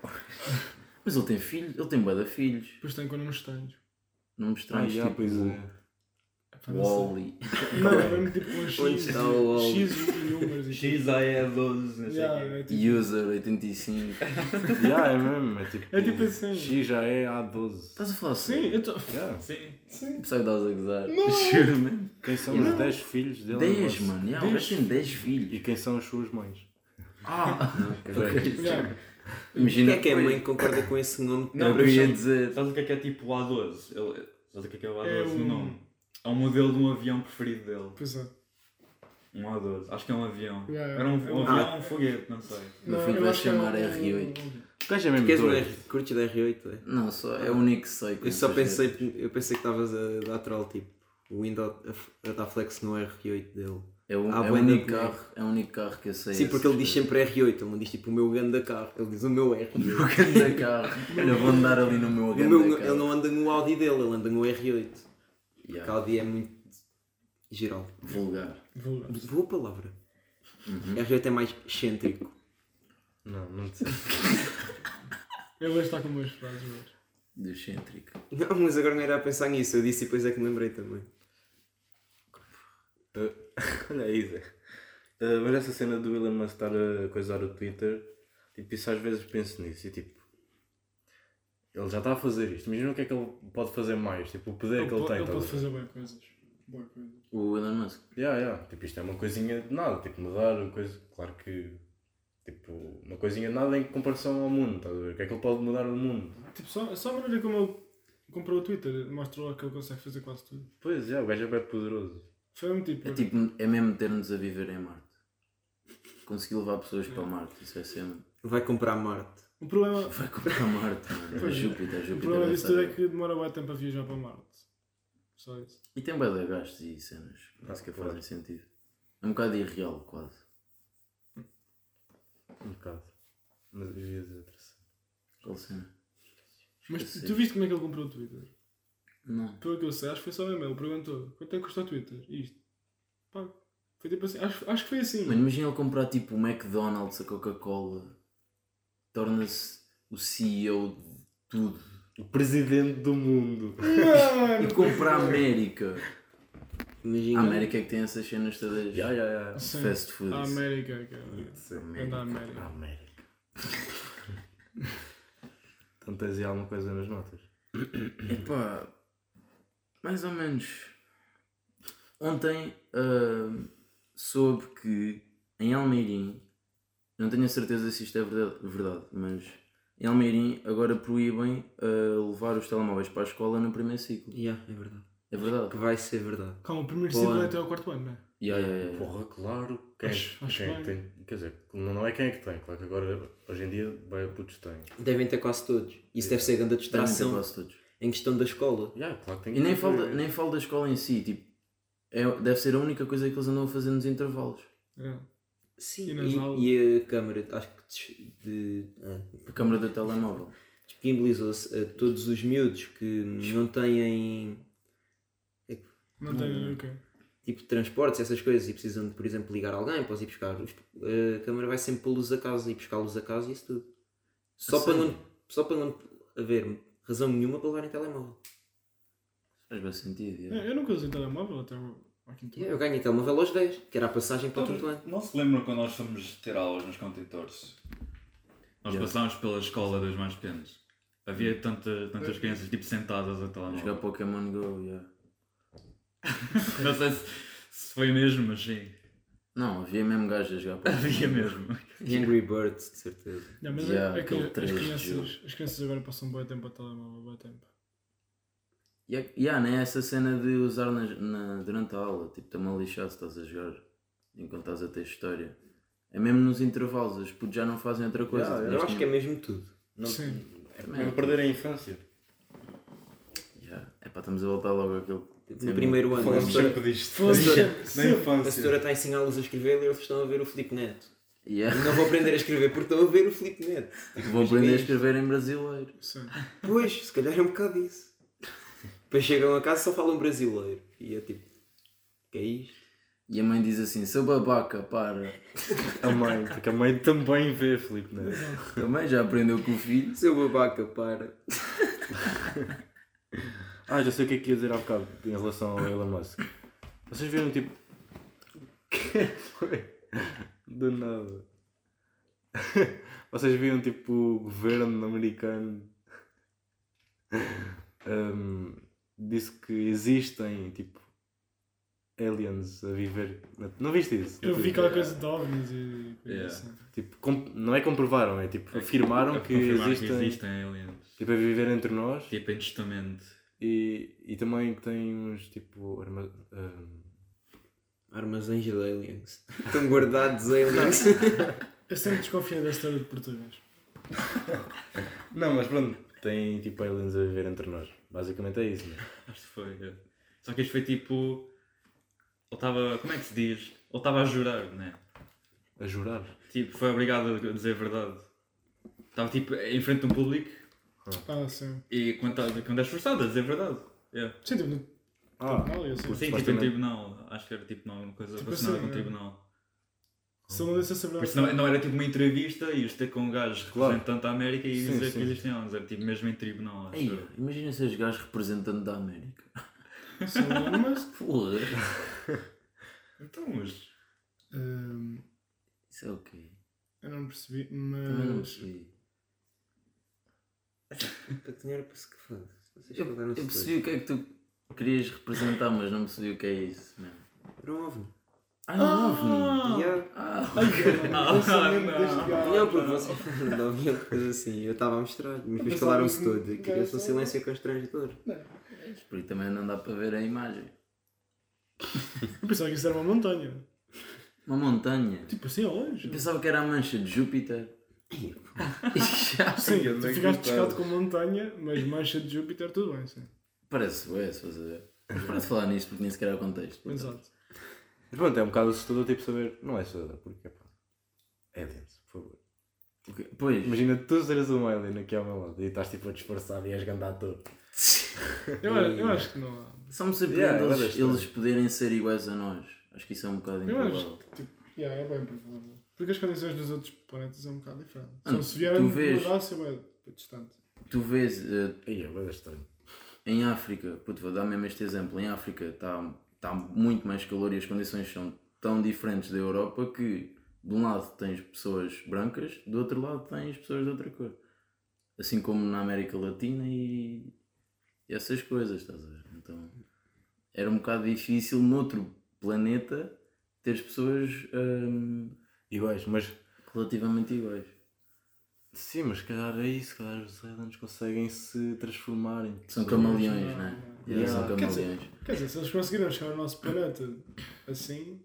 Speaker 2: Mas ele tem filhos, ele tem bué de filhos.
Speaker 5: Depois tem quando nos estranhos.
Speaker 2: Não me estranhas,
Speaker 3: ah,
Speaker 2: tipo,
Speaker 3: pois é.
Speaker 5: É pá, não sei.
Speaker 2: Wally.
Speaker 5: Não, é mesmo tipo um X,
Speaker 1: Onde
Speaker 5: X,
Speaker 2: é
Speaker 1: está o-
Speaker 5: e números e tudo.
Speaker 4: XAE12, não sei o
Speaker 5: Yeah,
Speaker 4: quê.
Speaker 5: é, tipo,
Speaker 2: User 85.
Speaker 3: yeah, é mesmo. É tipo,
Speaker 5: É tipo assim.
Speaker 3: X já é A12.
Speaker 2: Estás a falar
Speaker 5: Sim,
Speaker 2: sério?
Speaker 5: eu tô...
Speaker 3: Yeah.
Speaker 4: Sim.
Speaker 5: Sim.
Speaker 2: Sabe estás a gozar?
Speaker 5: Não.
Speaker 2: Juro, mano.
Speaker 3: Quem são os 10 filhos dele? é
Speaker 2: 10, mano. um Yeah, o gajo tem 10 filhos.
Speaker 3: E quem são as suas mães?
Speaker 2: Ah!
Speaker 3: ok.
Speaker 5: Yeah.
Speaker 2: Imagina
Speaker 1: Quem é que é a mãe que concorda com esse nome?
Speaker 2: Não, eu ia dizer.
Speaker 4: Sabes o que é que é tipo o A12? Ele, sabes o que é que é o A12
Speaker 5: É um-
Speaker 4: no nome? É um modelo de um avião preferido dele.
Speaker 5: Pois é.
Speaker 4: Um A12. Acho que é um avião.
Speaker 5: Yeah,
Speaker 4: Era um, um
Speaker 5: é um-
Speaker 4: avião, um foguete, não sei.
Speaker 2: No
Speaker 5: Não,
Speaker 2: fim
Speaker 5: eu
Speaker 2: vai
Speaker 5: acho que é
Speaker 2: chamar
Speaker 5: um-
Speaker 2: R8.
Speaker 3: O gajo é mesmo
Speaker 1: Queres um
Speaker 3: doido.
Speaker 1: R? Curtes da R8? é?
Speaker 2: Não, só é o único que sei.
Speaker 1: Eu só
Speaker 2: Essas
Speaker 1: pensei,
Speaker 2: letras.
Speaker 1: eu pensei que estavas a dar troll tipo. O Windows a, a dar flex no R8 dele.
Speaker 2: É o,
Speaker 1: Ah,
Speaker 2: é o
Speaker 1: bué
Speaker 2: único
Speaker 1: de boneco.
Speaker 2: carro, é o único carro que eu sei.
Speaker 1: Sim, porque
Speaker 2: essas
Speaker 1: ele diz
Speaker 2: letras.
Speaker 1: sempre R8, ele não diz tipo o meu ganda carro, ele diz o meu R8.
Speaker 2: Ganda carro. Olha, vou andar ali no meu
Speaker 1: O meu-
Speaker 2: ganda
Speaker 1: ele
Speaker 2: carro.
Speaker 1: não anda no Audi dele, ele anda no R8. Porque
Speaker 2: Yeah,
Speaker 1: Audi é muito geral.
Speaker 2: Vulgar.
Speaker 5: Vou-
Speaker 1: Boa palavra. R8 é mais excêntrico.
Speaker 3: Não, não sei.
Speaker 5: Eu hoje estou com umas frases, mas...
Speaker 2: É Do excêntrico.
Speaker 1: Não, mas agora não era a pensar nisso, eu disse e depois é que me lembrei também.
Speaker 3: Olha aí, Zé. Ah, mas essa cena do Elon Musk estar a coisar o Twitter, tipo, isso às vezes penso nisso e tipo. Ele já está a fazer isto. Imagina o que é que ele pode fazer mais. Tipo, o poder que ele
Speaker 5: po-
Speaker 3: tem.
Speaker 5: eu
Speaker 3: tá a
Speaker 5: posso
Speaker 3: ver?
Speaker 5: fazer bem coisas. Boa coisa.
Speaker 2: O Elon Musk.
Speaker 3: Yeah, yeah. Tipo, isto é uma coisinha de nada, tipo, mudar uma coisa, claro que, tipo, uma coisinha de nada em comparação ao mundo, estás a ver? O que é que ele pode mudar no mundo?
Speaker 5: Tipo, só, só a maneira como ele comprou o Twitter mostrou logo que ele consegue fazer quase tudo.
Speaker 3: Pois, yeah, o gajo é bem poderoso.
Speaker 5: Foi um tipo.
Speaker 1: Uhum.
Speaker 2: É tipo, é mesmo ter-nos a viver em Marte. Conseguir levar pessoas para Marte, isso é sempre.
Speaker 1: Vai comprar Marte.
Speaker 5: O problema,
Speaker 2: Vai comprar Marte, mano. É
Speaker 5: Pois é.
Speaker 2: Júpiter,
Speaker 5: o
Speaker 2: Júpiter.
Speaker 5: problema
Speaker 2: vai
Speaker 5: disso tudo é
Speaker 2: saber.
Speaker 5: que demora bem tempo a viajar para Marte. Só isso.
Speaker 2: E tem bué de gastos e cenas, que nem
Speaker 3: Ah,
Speaker 2: sequer
Speaker 3: claro.
Speaker 2: fazem sentido. É um bocado irreal, quase.
Speaker 3: Um bocado. Mas eu ia dizer terceiro.
Speaker 2: Qual cena?
Speaker 5: Mas tu,
Speaker 2: Esqueci.
Speaker 5: tu viste como é que ele comprou o Twitter?
Speaker 2: Não.
Speaker 5: Pelo que eu sei, acho que foi só mesmo. Ele perguntou quanto é que custa o Twitter? E Isto. Pá. Foi tipo assim. Acho, acho que foi assim.
Speaker 2: Mano, imagina ele comprar tipo o McDonald's, a Coca-Cola. Torna-se o CEO de tudo.
Speaker 3: O presidente do mundo.
Speaker 2: E
Speaker 5: Mano!
Speaker 2: compra a América. A
Speaker 1: Imagina.
Speaker 2: América é que tem essas cenas todas.
Speaker 3: Yeah, yeah, yeah.
Speaker 2: de
Speaker 5: Sim.
Speaker 2: Fast food.
Speaker 5: A
Speaker 2: isso.
Speaker 5: Ah, América, cara. Anda a É América.
Speaker 3: é América. Então tens aí alguma coisa nas notas?
Speaker 2: Epá, mais ou menos. Ontem ah, soube que em Almeirim, não tenho a certeza se isto é verdade, verdade, mas em Almeirim agora proíbem ah, levar os telemóveis para a escola no primeiro ciclo.
Speaker 1: Yeah, é verdade.
Speaker 2: É verdade?
Speaker 1: Que vai ser verdade.
Speaker 5: Calma, o primeiro
Speaker 1: Boa.
Speaker 5: ciclo é até ao quarto ano, não é?
Speaker 2: Yeah, yeah, yeah.
Speaker 3: Porra, claro. Quem,
Speaker 5: Acho- acho
Speaker 3: quem é que
Speaker 5: bem.
Speaker 3: tem? Quer dizer, não não é quem é que tem, claro que agora, hoje em dia, bem putos têm.
Speaker 1: Devem ter quase todos. Isso deve ser grande
Speaker 2: Devem ter
Speaker 1: distração
Speaker 2: quase todos.
Speaker 1: em questão da escola.
Speaker 3: Yeah, claro que tem
Speaker 2: E nem
Speaker 3: que-
Speaker 2: falo, da- nem falo da escola em si, tipo, é, deve ser a única coisa que eles andam a fazer nos intervalos.
Speaker 5: É.
Speaker 1: Sim.
Speaker 5: E nas aulas?
Speaker 1: E, e a câmara, acho que des- de, ah,
Speaker 2: A câmara do telemóvel.
Speaker 1: disponibilizou-se a todos os miúdos que não têm
Speaker 5: Não tem. Ok.
Speaker 1: tipo transportes, essas coisas, e precisam de, por exemplo, ligar alguém, podes ir buscar. os- eh, A câmara vai sempre pô-los a casa e buscá-los a casa e isso tudo. Só
Speaker 2: A
Speaker 1: para,
Speaker 2: sério?
Speaker 1: não, só para não haver razão nenhuma para levarem telemóvel.
Speaker 2: Faz bem sentido. yeah.
Speaker 5: É, Eu nunca usei telemóvel até ao ao quinto ano.
Speaker 1: Eu ganhei telemóvel aos 10, que era a passagem para o quinto ano.
Speaker 4: Não se lembram quando nós fomos ter aulas nos contentores? Nós
Speaker 2: Yeah.
Speaker 4: passámos pela escola dos mais pequenos. Havia tanta, tantas crianças tipo sentadas a
Speaker 2: Jogar
Speaker 4: telemóvel.
Speaker 2: Pokémon Go, yeah.
Speaker 4: Não sei se, se foi mesmo, mas sim.
Speaker 2: Não, havia mesmo gajos a jogar Pokémon.
Speaker 4: Havia mesmo.
Speaker 1: Angry Birds, de certeza.
Speaker 5: Não, mas
Speaker 2: Yeah,
Speaker 5: é, é que
Speaker 2: aquele
Speaker 5: as
Speaker 2: três de
Speaker 5: crianças, as crianças agora passam bom tempo ao telemóvel, bom tempo.
Speaker 2: E há- e há, né? Essa cena de usar na, na- durante a aula, tipo, está-me a lixar se estás a jogar enquanto estás a ter história. É mesmo nos intervalos, os putos já não fazem outra coisa.
Speaker 3: Yeah,
Speaker 1: Eu acho que é mesmo tudo. Não-
Speaker 5: Sim.
Speaker 3: É para perder a infância.
Speaker 2: É pá, estamos a voltar logo àquele.
Speaker 1: Tipo, No primeiro ano, a
Speaker 3: Falamos sempre
Speaker 1: professora,
Speaker 3: disto.
Speaker 5: Foda-se.
Speaker 3: Na
Speaker 1: a professora
Speaker 3: infância.
Speaker 1: está a ensiná-los a escrever e eles estão a ver o Filipe Neto.
Speaker 2: Yeah.
Speaker 1: Não vou aprender a escrever porque estão a ver o Filipe Neto.
Speaker 2: Vou aprender a escrever em brasileiro.
Speaker 5: Sim.
Speaker 1: Pois, se calhar é um bocado isso. Depois chegam a casa e só falam brasileiro. E é tipo, que é isto?
Speaker 2: E a mãe diz assim: sou babaca, para.
Speaker 3: A mãe, porque a mãe também vê, Filipe, não é?
Speaker 2: Também já aprendeu com o filho.
Speaker 1: Seu babaca, para.
Speaker 3: Ah, já sei o que é que ia dizer há bocado em relação ao Elon Musk. Vocês viram tipo. Que foi? Do nada. Vocês viram tipo o governo americano hum, disse que existem tipo aliens a viver. na- Não viste isso?
Speaker 5: Eu vi qualquer coisa de OVNIs e coisa
Speaker 4: Yeah.
Speaker 5: assim.
Speaker 3: Tipo, com- não é comprovaram, é tipo, afirmaram
Speaker 4: A
Speaker 3: que
Speaker 4: confirmar
Speaker 3: existem,
Speaker 4: que existem aliens.
Speaker 3: tipo, a viver entre nós
Speaker 4: Tipo em testamento.
Speaker 3: e, e também que tem uns tipo arma, hum,
Speaker 1: Armazéns de aliens. Estão guardados aliens.
Speaker 5: Eu sempre desconfiei da história de português.
Speaker 3: Não, mas pronto, tem tipo aliens a viver entre nós. Basicamente é isso, né?
Speaker 4: Acho que foi. é. Só que isto foi tipo. Ele estava. Como é que se diz? Ele estava a jurar, né?
Speaker 3: A jurar.
Speaker 4: Tipo, foi obrigado a dizer a verdade. Estava tipo em frente de um público
Speaker 5: Ah, sim.
Speaker 4: e quando, tá- quando és forçado a dizer a verdade. Yeah.
Speaker 5: Sim, tipo, no
Speaker 3: Ah,
Speaker 5: tribunal e assim.
Speaker 3: Puto.
Speaker 4: Sim, tipo em
Speaker 3: Supostamente.
Speaker 4: tribunal. Acho que era tipo não, uma coisa
Speaker 5: Tipo
Speaker 4: relacionada
Speaker 5: assim,
Speaker 4: com
Speaker 5: é.
Speaker 4: o tribunal.
Speaker 5: Se ele não desse essa
Speaker 4: Por
Speaker 5: verdade.
Speaker 4: isso não, não era tipo uma entrevista e ter com um gajo
Speaker 3: Claro.
Speaker 4: representante da América e
Speaker 3: Sim,
Speaker 4: dizer
Speaker 3: sim.
Speaker 4: que existem aliens. Era tipo mesmo em tribunal. Acho.
Speaker 2: Ei,
Speaker 4: eu.
Speaker 2: imagina se os gajos representantes da América.
Speaker 5: Se ele não, mas.
Speaker 2: Porra.
Speaker 4: Então, mas.
Speaker 5: Ahm,
Speaker 2: Isso é o quê?
Speaker 5: eu não percebi,
Speaker 2: Também
Speaker 1: Hum.
Speaker 2: não
Speaker 5: mas.
Speaker 2: percebi.
Speaker 1: Para tinha era para se que foda. Vocês
Speaker 2: Eu, eu
Speaker 1: fodaram-se
Speaker 2: percebi o que é que tu querias representar, mas não percebi o que é isso, mano.
Speaker 1: Era um ovni.
Speaker 2: Ah, não houve nenhum.
Speaker 5: Ah,
Speaker 1: Yeah.
Speaker 5: eu sou é mesmo
Speaker 4: não.
Speaker 5: deste gajo.
Speaker 1: Não, porque vocês não viam coisa assim. Eu estava a mostrar, mas depois
Speaker 5: Mas
Speaker 1: calaram-se
Speaker 5: sabe-
Speaker 1: todos. Criou-se um silêncio constrangedor.
Speaker 2: Porque também não dá para ver a imagem.
Speaker 5: Eu pensava que isso era uma montanha.
Speaker 2: Uma montanha.
Speaker 5: Tipo assim, ao
Speaker 2: Eu
Speaker 5: longe.
Speaker 2: pensava que era a mancha de Júpiter.
Speaker 5: Sim,
Speaker 4: eu
Speaker 5: tu
Speaker 4: nem gostava.
Speaker 5: ficaste pescado com montanha, mas mancha de Júpiter, tudo bem, sim.
Speaker 2: Parece ué, se fores a ver. Mas Para de falar nisto porque nem sequer há contexto. portanto.
Speaker 5: Exato.
Speaker 3: Mas pronto, é um bocado assustador tipo saber. Não é assustador, porque pá. É denso, por favor.
Speaker 2: O quê? Pois.
Speaker 3: Imagina tu seres um alien aqui ao meu lado e estás tipo a disfarçar e és gandado todo.
Speaker 5: Eu, eu acho que não há.
Speaker 2: Só me surpreende
Speaker 3: Yeah, era
Speaker 2: eles,
Speaker 3: estranho.
Speaker 2: eles poderem ser iguais a nós. Acho que isso é um bocado
Speaker 5: Eu
Speaker 2: improvável.
Speaker 5: acho que, tipo, yeah, é bem provável. Porque as condições dos outros planetas é um bocado diferente.
Speaker 2: Mano,
Speaker 5: Então, se vierem
Speaker 2: Ah, tu
Speaker 5: de
Speaker 2: vês-
Speaker 5: mudança, é bem distante.
Speaker 2: Tu vês eh,
Speaker 3: Aí é bem estranho.
Speaker 2: em África, puto, vou dar mesmo este exemplo, em África está tá muito mais calor e as condições são tão diferentes da Europa que de um lado tens pessoas brancas, do outro lado tens pessoas de outra cor. Assim como na América Latina e, e essas coisas, estás a ver? Então era um bocado difícil noutro planeta teres pessoas hum,
Speaker 3: Iguais, mas.
Speaker 2: relativamente iguais.
Speaker 3: Sim, mas se calhar é isso, se calhar os aliens conseguem se transformarem.
Speaker 2: São camaleões,
Speaker 5: não,
Speaker 2: não é?
Speaker 5: não.
Speaker 2: Yeah, São
Speaker 3: Yeah.
Speaker 5: Quer dizer-
Speaker 2: camaleões.
Speaker 5: Quer dizer, se eles conseguiram chegar ao nosso planeta assim,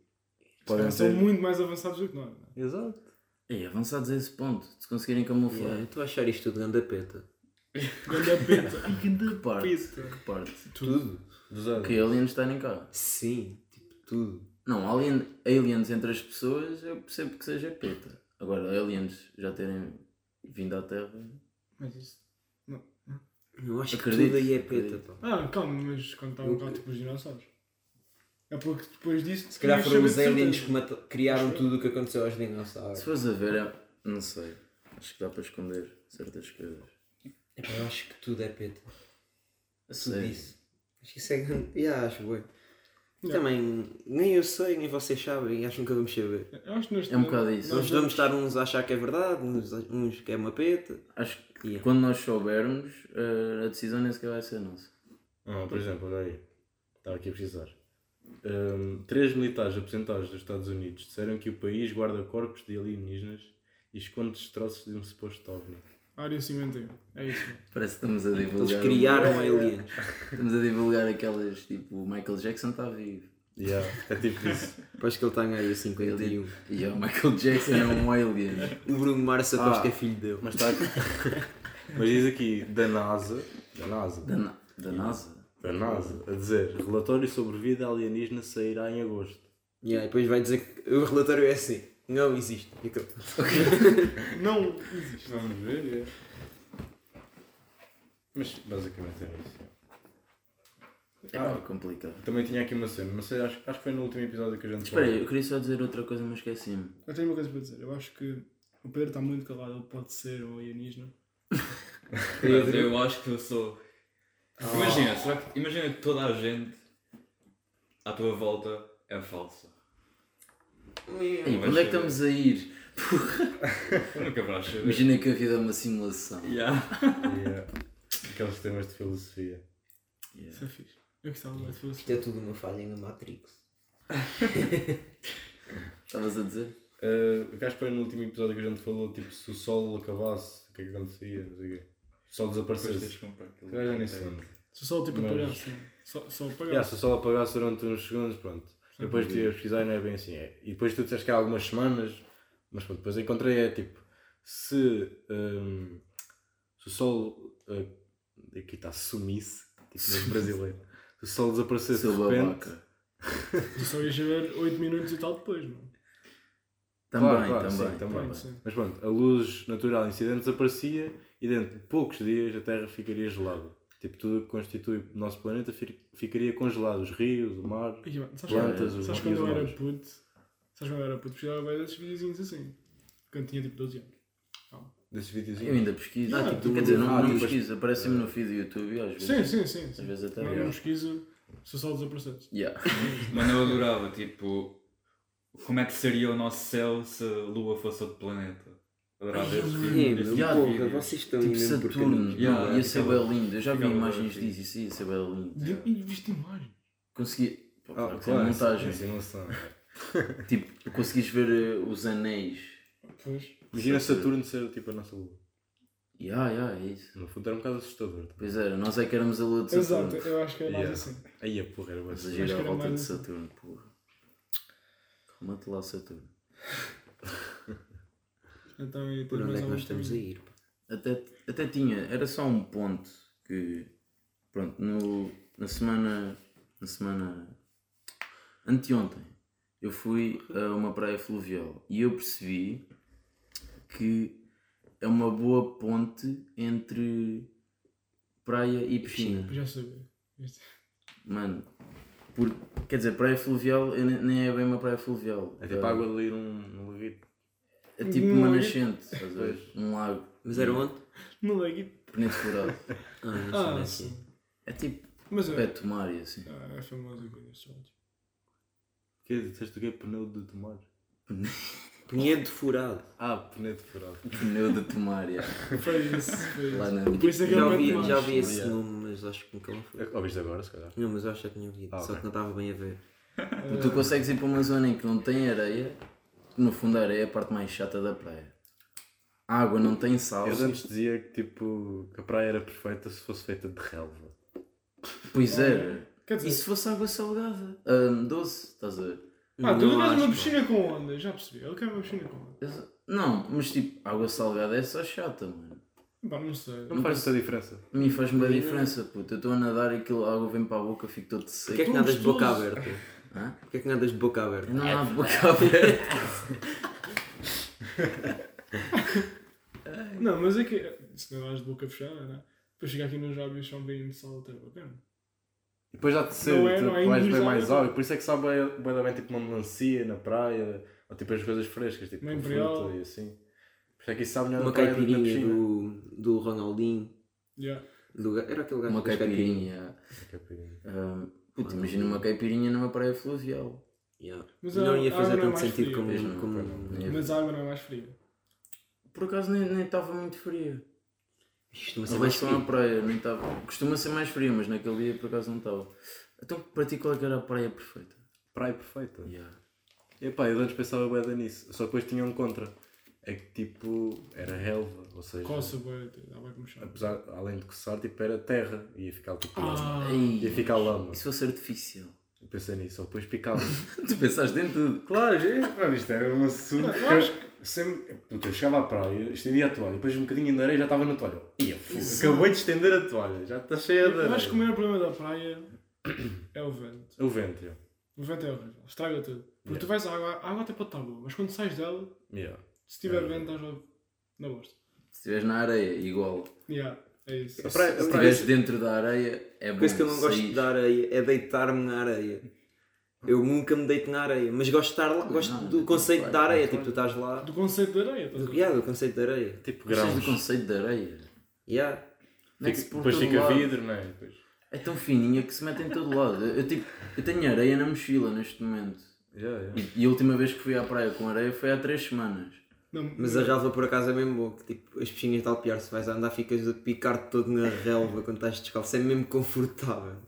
Speaker 3: Podem
Speaker 5: eles são
Speaker 3: ser.
Speaker 5: muito mais avançados do que nós. não é?
Speaker 3: Exato.
Speaker 2: Ei, avançados a esse ponto, se conseguirem camuflar.
Speaker 1: Yeah, eu estou a achar isto tudo grande peta.
Speaker 5: Quando é peta.
Speaker 2: E que parte?
Speaker 5: peta.
Speaker 2: Que parte?
Speaker 3: Tudo. Dos aliens.
Speaker 2: Que aliens estarem cá.
Speaker 1: Sim, tipo tudo.
Speaker 2: Não, alien, aliens entre as pessoas eu percebo que seja peta. Agora, aliens já terem vindo à Terra.
Speaker 5: Mas isso.
Speaker 1: Eu acho
Speaker 2: Acredito,
Speaker 1: que tudo aí é
Speaker 2: acredito.
Speaker 1: peta, pá.
Speaker 5: Ah, calma, mas quando estavam cá tipo os dinossauros. É porque depois disso.
Speaker 1: Se calhar foram os aliens que
Speaker 5: como.
Speaker 1: mata- criaram tudo o que aconteceu aos dinossauros.
Speaker 2: Se fores a ver, é- não sei. Acho que dá para esconder certas coisas.
Speaker 1: Epá, Eu acho que tudo é peta.
Speaker 2: A
Speaker 1: Tudo
Speaker 2: sério.
Speaker 1: isso. Acho que isso é grande. Yeah, acho boi.
Speaker 5: Yeah.
Speaker 1: Também, nem eu sei, nem vocês sabem, e acho que nunca vamos saber.
Speaker 5: Eu acho que nós
Speaker 2: É um bocado isso.
Speaker 1: Nós vamos estar uns a achar que é verdade, uns, uns que é uma peta.
Speaker 2: Acho que
Speaker 1: Yeah.
Speaker 2: quando nós soubermos, eh, a decisão nem sequer vai ser nossa.
Speaker 3: Ah, por exemplo, olha aí. Estava aqui a precisar. Hum, três militares aposentados dos Estados Unidos disseram que o país guarda corpos de alienígenas e esconde destroços de um suposto OVNI.
Speaker 5: Área 51. É isso. mano.
Speaker 2: Parece que estamos a divulgar.
Speaker 1: Eles criaram aliens.
Speaker 2: Estamos a divulgar aquelas tipo o Michael Jackson está vivo.
Speaker 3: Yeah, é tipo isso.
Speaker 1: Aposto que ele está a ganhar 51.
Speaker 2: E o Michael Jackson é um alien.
Speaker 1: O Bruno Mars aposto
Speaker 3: Ah.
Speaker 1: que é filho dele.
Speaker 3: Mas está aqui. Mas diz aqui da NASA. Da NASA.
Speaker 2: Da, na- da
Speaker 1: é.
Speaker 2: NASA?
Speaker 3: Da NASA. A dizer: relatório sobre vida alienígena sairá em agosto.
Speaker 1: Yeah, e depois vai dizer que o relatório é assim. Não existe. E aquilo.
Speaker 5: Não existe.
Speaker 3: Vamos ver, é. Mas basicamente é isso.
Speaker 2: É
Speaker 3: Ah.
Speaker 2: pá, complicado.
Speaker 3: Também tinha aqui uma cena, mas sei, acho, acho que foi no último episódio que a gente
Speaker 2: Espera aí, eu queria só dizer outra coisa, mas esqueci-me.
Speaker 5: Eu tenho uma coisa para dizer. Eu acho que o Pedro está muito calado. Ele pode ser um alienígena.
Speaker 4: Mas eu acho que eu sou.
Speaker 5: Ah.
Speaker 4: Imagina, será que... Imagina que toda a gente à tua volta é falsa.
Speaker 2: Ei, onde
Speaker 4: vai
Speaker 2: é que
Speaker 4: saber.
Speaker 2: estamos a ir?
Speaker 4: Nunca vais saber.
Speaker 2: Imagina que a vida é uma simulação.
Speaker 4: Yeah.
Speaker 3: Yeah. É, Aqueles temas de filosofia.
Speaker 2: Yeah.
Speaker 5: Isso é fixe. Eu gostava mais de fosse.
Speaker 1: Isto é tudo uma falha na Matrix.
Speaker 2: Estavas a dizer?
Speaker 3: Uh, o gajo foi no último episódio que a gente falou, tipo, se o sol acabasse, o que é que acontecia? Não sei o quê. Se o sol
Speaker 4: Depois tens de
Speaker 3: desaparecesse.
Speaker 4: comprar aquilo.
Speaker 3: O gajo nem se lembra.
Speaker 5: Sou só o tipo
Speaker 3: Mas-
Speaker 5: palhaço. né? Só, só o
Speaker 3: Yeah,
Speaker 5: palhaço.
Speaker 3: se o sol apagasse durante uns segundos, pronto. Depois tu ias pesquisar e não é bem assim. É. E depois tu disseste que há algumas semanas, mas pronto, depois encontrei é tipo, se, um, se o sol. uh, aqui está, sumisse, tipo, mesmo brasileiro. Se o sol desaparecesse de
Speaker 2: Seu
Speaker 3: repente.
Speaker 2: babaca.
Speaker 5: Tu só ias ver 8 minutos e tal depois, não? é?
Speaker 2: Também,
Speaker 3: Claro, claro,
Speaker 2: também,
Speaker 3: sim,
Speaker 2: também.
Speaker 3: também.
Speaker 5: Pronto, sim.
Speaker 3: Mas pronto, a luz natural incidente desaparecia e dentro de poucos dias a Terra ficaria gelada. Tipo, tudo o que constitui o nosso planeta fi- ficaria congelado. Os rios, o mar.
Speaker 5: Ih, mano, sabes
Speaker 3: Plantas,
Speaker 5: quando-
Speaker 3: os
Speaker 5: sabes quando eu era
Speaker 3: vampiros
Speaker 5: puto? Sabes quando eu era puto? Precisava bem desses videozinhos assim. Quando tinha tipo 12 anos.
Speaker 3: Desses
Speaker 2: Eu
Speaker 3: videozinhos.
Speaker 2: ainda pesquiso.
Speaker 5: Ah,
Speaker 2: quer dizer, não,
Speaker 3: ah,
Speaker 2: não
Speaker 3: tipo,
Speaker 2: pesquiso, aparece-me no feed do YouTube às vezes.
Speaker 5: Sim, sim, sim.
Speaker 2: Às
Speaker 5: sim.
Speaker 2: vezes até.
Speaker 5: Não
Speaker 2: vejo.
Speaker 5: não pesquiso se o sol desaparecesse.
Speaker 2: Yeah.
Speaker 4: Mano, eu adorava, tipo, como é que seria o nosso céu se a Lua fosse outro planeta? Adorava
Speaker 2: Ai,
Speaker 4: esse
Speaker 2: mano.
Speaker 4: filme.
Speaker 2: Ih,
Speaker 4: Esse
Speaker 2: meu,
Speaker 4: já
Speaker 1: porra,
Speaker 4: vi,
Speaker 1: É, vocês estão
Speaker 2: Tipo
Speaker 1: mesmo
Speaker 2: Saturno,
Speaker 1: porcaria.
Speaker 4: Yeah,
Speaker 3: é,
Speaker 2: ia ser
Speaker 4: ficava-
Speaker 2: bem lindo. Eu já vi
Speaker 4: ficava
Speaker 2: imagens
Speaker 4: bem.
Speaker 2: disso, isso ia ser bem lindo.
Speaker 5: De- E viste imagens.
Speaker 2: Consegui. Pô,
Speaker 3: Ah,
Speaker 2: claro, é
Speaker 3: claro,
Speaker 2: montagem.
Speaker 3: essa emoção.
Speaker 2: Tipo, conseguiste ver eh, os anéis.
Speaker 5: Pois.
Speaker 3: Imagina Saturno ser tipo a nossa lua.
Speaker 2: Ya, ya, é isso.
Speaker 3: No fundo era um bocado assustador.
Speaker 2: Pois era, nós é que éramos a lua de
Speaker 5: Exato,
Speaker 2: Saturno.
Speaker 5: eu acho que é mais
Speaker 3: Yeah.
Speaker 5: assim.
Speaker 3: Aí a porra era bem
Speaker 2: Mas é a
Speaker 3: assustador.
Speaker 2: gira
Speaker 5: Acho que
Speaker 2: à
Speaker 5: era
Speaker 2: volta de
Speaker 5: mais-
Speaker 2: Saturno, porra. Calma-te lá, Saturno.
Speaker 5: Então, e
Speaker 1: Por
Speaker 5: tem
Speaker 1: onde é
Speaker 5: mais
Speaker 1: que
Speaker 5: algum
Speaker 1: nós estamos a
Speaker 5: caminho?
Speaker 1: ir? pá?
Speaker 2: Até, até tinha, era só um ponto que. Pronto, no, na semana. Na semana. Anteontem, eu fui a uma praia fluvial e eu percebi que é uma boa ponte entre praia e piscina.
Speaker 5: Já sabia. Isto-
Speaker 2: Mano, por, quer dizer, praia fluvial eu ne- nem é bem uma praia fluvial. Ah,
Speaker 3: É tipo a água ali num, num laguito.
Speaker 2: É tipo
Speaker 5: Não
Speaker 2: uma
Speaker 5: é?
Speaker 2: nascente, estás a ver? Um lago.
Speaker 1: Mas era onde?
Speaker 5: Não é aqui.
Speaker 2: Penedo Furado.
Speaker 1: Ah, não
Speaker 5: Ah,
Speaker 1: sei. onde é que é.
Speaker 5: sim.
Speaker 2: É tipo
Speaker 5: Mas
Speaker 2: pé
Speaker 5: é.
Speaker 2: de tomar e assim.
Speaker 5: Ah, é famoso aqui neste lado.
Speaker 3: Que disseste o quê? Pneu de tomar?
Speaker 1: Pinhedo furado.
Speaker 3: Ah, pneu de furado.
Speaker 2: Pneu Um de tomar, é.
Speaker 5: Foi isso, foi
Speaker 2: Lá
Speaker 5: isso.
Speaker 2: na
Speaker 5: Por isso é que
Speaker 1: Já
Speaker 5: é
Speaker 1: ouvi,
Speaker 5: muito
Speaker 1: já
Speaker 5: mais. É.
Speaker 1: ouvi esse
Speaker 3: Yeah.
Speaker 1: nome, mas acho que nunca lá fui.
Speaker 3: É Ouviste agora, se calhar.
Speaker 1: Não, mas eu acho que já tinha ouvido,
Speaker 3: Ah,
Speaker 1: só
Speaker 3: ok.
Speaker 1: que não estava bem a ver.
Speaker 2: Tu consegues ir para uma zona em que não tem areia, que no fundo a areia é a parte mais chata da praia. A água não tem sal.
Speaker 3: Eu antes dizia que tipo que a praia era perfeita se fosse feita de relva.
Speaker 2: Pois era.
Speaker 5: Quer
Speaker 2: E se
Speaker 5: dizer,
Speaker 2: fosse água salgada? Ahm, doce, estás a ver?
Speaker 5: ah, tu
Speaker 1: Não
Speaker 5: queres
Speaker 1: acho,
Speaker 5: uma
Speaker 1: pá.
Speaker 5: piscina com ondas, já percebi. Ele quer uma piscina com ondas.
Speaker 2: Eu- Não, mas tipo, água salgada é só chata, mano.
Speaker 5: Pá, não sei.
Speaker 3: Não faz tanta diferença.
Speaker 2: A mim faz-me bem
Speaker 1: é.
Speaker 2: diferença, puto. Eu estou a nadar e aquilo, a água vem para a boca, fico todo
Speaker 1: Porquê é
Speaker 2: seco.
Speaker 1: que nadas de boca
Speaker 5: gostoso.
Speaker 1: aberta?
Speaker 2: Hã?
Speaker 1: Porquê é que é nadas de boca aberta?
Speaker 5: É.
Speaker 2: Eu não há boca aberta.
Speaker 5: Não, mas é que. Se não vais de boca fechada, não é? Depois chegar aqui nos lábios só um bocadinho de sal, até bacana.
Speaker 3: E depois já te cedo,
Speaker 5: Não é-
Speaker 3: tu
Speaker 5: não é
Speaker 3: vais ver mais
Speaker 5: indubitável.
Speaker 3: água. Por isso é que sabe bem, bem tipo uma melancia na praia, ou tipo as coisas frescas, tipo
Speaker 5: Uma
Speaker 3: com
Speaker 5: imperial.
Speaker 3: fruta e assim. Por isso é que isso sabe melhor
Speaker 1: Uma
Speaker 3: na praia do que na
Speaker 1: caipirinha
Speaker 3: piscina.
Speaker 1: do, do Ronaldinho.
Speaker 5: Yeah.
Speaker 1: do ga- era aquele gajo
Speaker 2: Uma
Speaker 1: das caipirinhas.
Speaker 2: caipirinha.
Speaker 3: Caipirinha.
Speaker 2: Ahm, puto, imagina uma caipirinha numa praia fluvial.
Speaker 1: Yeah.
Speaker 5: Mas
Speaker 1: não
Speaker 5: a-
Speaker 1: ia
Speaker 5: a
Speaker 1: fazer
Speaker 5: água não é
Speaker 1: tanto
Speaker 5: mais
Speaker 1: sentido
Speaker 5: fria.
Speaker 1: como, um,
Speaker 2: Pois não,
Speaker 1: como-
Speaker 2: pois não.
Speaker 5: Mas a água não é mais fria.
Speaker 2: Por acaso nem nem estava muito fria.
Speaker 1: Isto não
Speaker 2: Em
Speaker 1: é mais
Speaker 2: relação à
Speaker 1: frio.
Speaker 2: praia, nem estava. Costuma ser mais fria, mas naquele dia por acaso não estava. Então para ti qual é que era a praia perfeita?
Speaker 3: Praia perfeita.
Speaker 2: Yeah.
Speaker 3: Epá, eu antes pensava bem nisso, só que depois tinha um contra. É que tipo, era relva, ou
Speaker 1: é.
Speaker 3: seja,
Speaker 5: Coça, tá boa, dá vai começar.
Speaker 3: apesar, além de coçar, tipo, era terra, ia ficar tipo lama.
Speaker 5: Ah,
Speaker 2: Ei,
Speaker 3: Ia ficar lama.
Speaker 2: Isso fosse artificial.
Speaker 3: Eu pensei nisso, ou depois picava.
Speaker 2: tu pensaste em tudo.
Speaker 3: claro, gente, mano, isto era um assunto.
Speaker 5: Não, eu
Speaker 3: que eu, sempre, puta, eu chegava à praia, estendia a toalha, depois um bocadinho de areia já estava na toalha. Ia, fogo, acabei de estender a toalha, já tá- está cheia de
Speaker 5: eu
Speaker 3: areia.
Speaker 5: acho que o maior problema da praia é o vento.
Speaker 3: O vento, eu.
Speaker 5: O vento é horrível, estraga tudo. Porque
Speaker 3: Yeah.
Speaker 5: tu vais à água, a água até pode estar boa, mas quando sais dela,
Speaker 3: Yeah.
Speaker 5: se tiver
Speaker 3: É.
Speaker 5: vento, estás logo na bosta.
Speaker 2: Se estiveres na areia, igual.
Speaker 5: Yeah, é isso.
Speaker 3: A praia,
Speaker 2: Se
Speaker 3: a praia,
Speaker 2: estiveres dentro da areia, é bom.
Speaker 1: A coisa que eu não gosto
Speaker 2: sair.
Speaker 1: de dar areia é deitar-me na areia. Eu nunca me deito na areia, mas gosto de estar lá, gosto
Speaker 2: Não,
Speaker 1: do
Speaker 2: não,
Speaker 1: conceito
Speaker 2: claro,
Speaker 1: da areia,
Speaker 2: claro.
Speaker 1: tipo, tu estás lá.
Speaker 5: Do conceito de areia, estás a ver?
Speaker 1: Yeah, do conceito da areia.
Speaker 3: tipo
Speaker 2: Gostas é do
Speaker 3: grãos.
Speaker 2: conceito da areia?
Speaker 1: Yeah.
Speaker 2: Mete-se por
Speaker 3: Depois
Speaker 2: todo
Speaker 3: fica
Speaker 2: lado.
Speaker 3: vidro, não é? Depois.
Speaker 2: É tão fininha que se mete em todo lado. Eu, eu, tipo, eu tenho areia na mochila neste momento.
Speaker 3: Yeah, yeah.
Speaker 2: E, e a última vez que fui à praia com areia foi há três semanas.
Speaker 5: Não,
Speaker 1: Mas a relva por acaso é mesmo boa, que tipo, as piscinas de alpiar, se vais a andar ficas a picar todo na relva quando estás descalço, é mesmo confortável.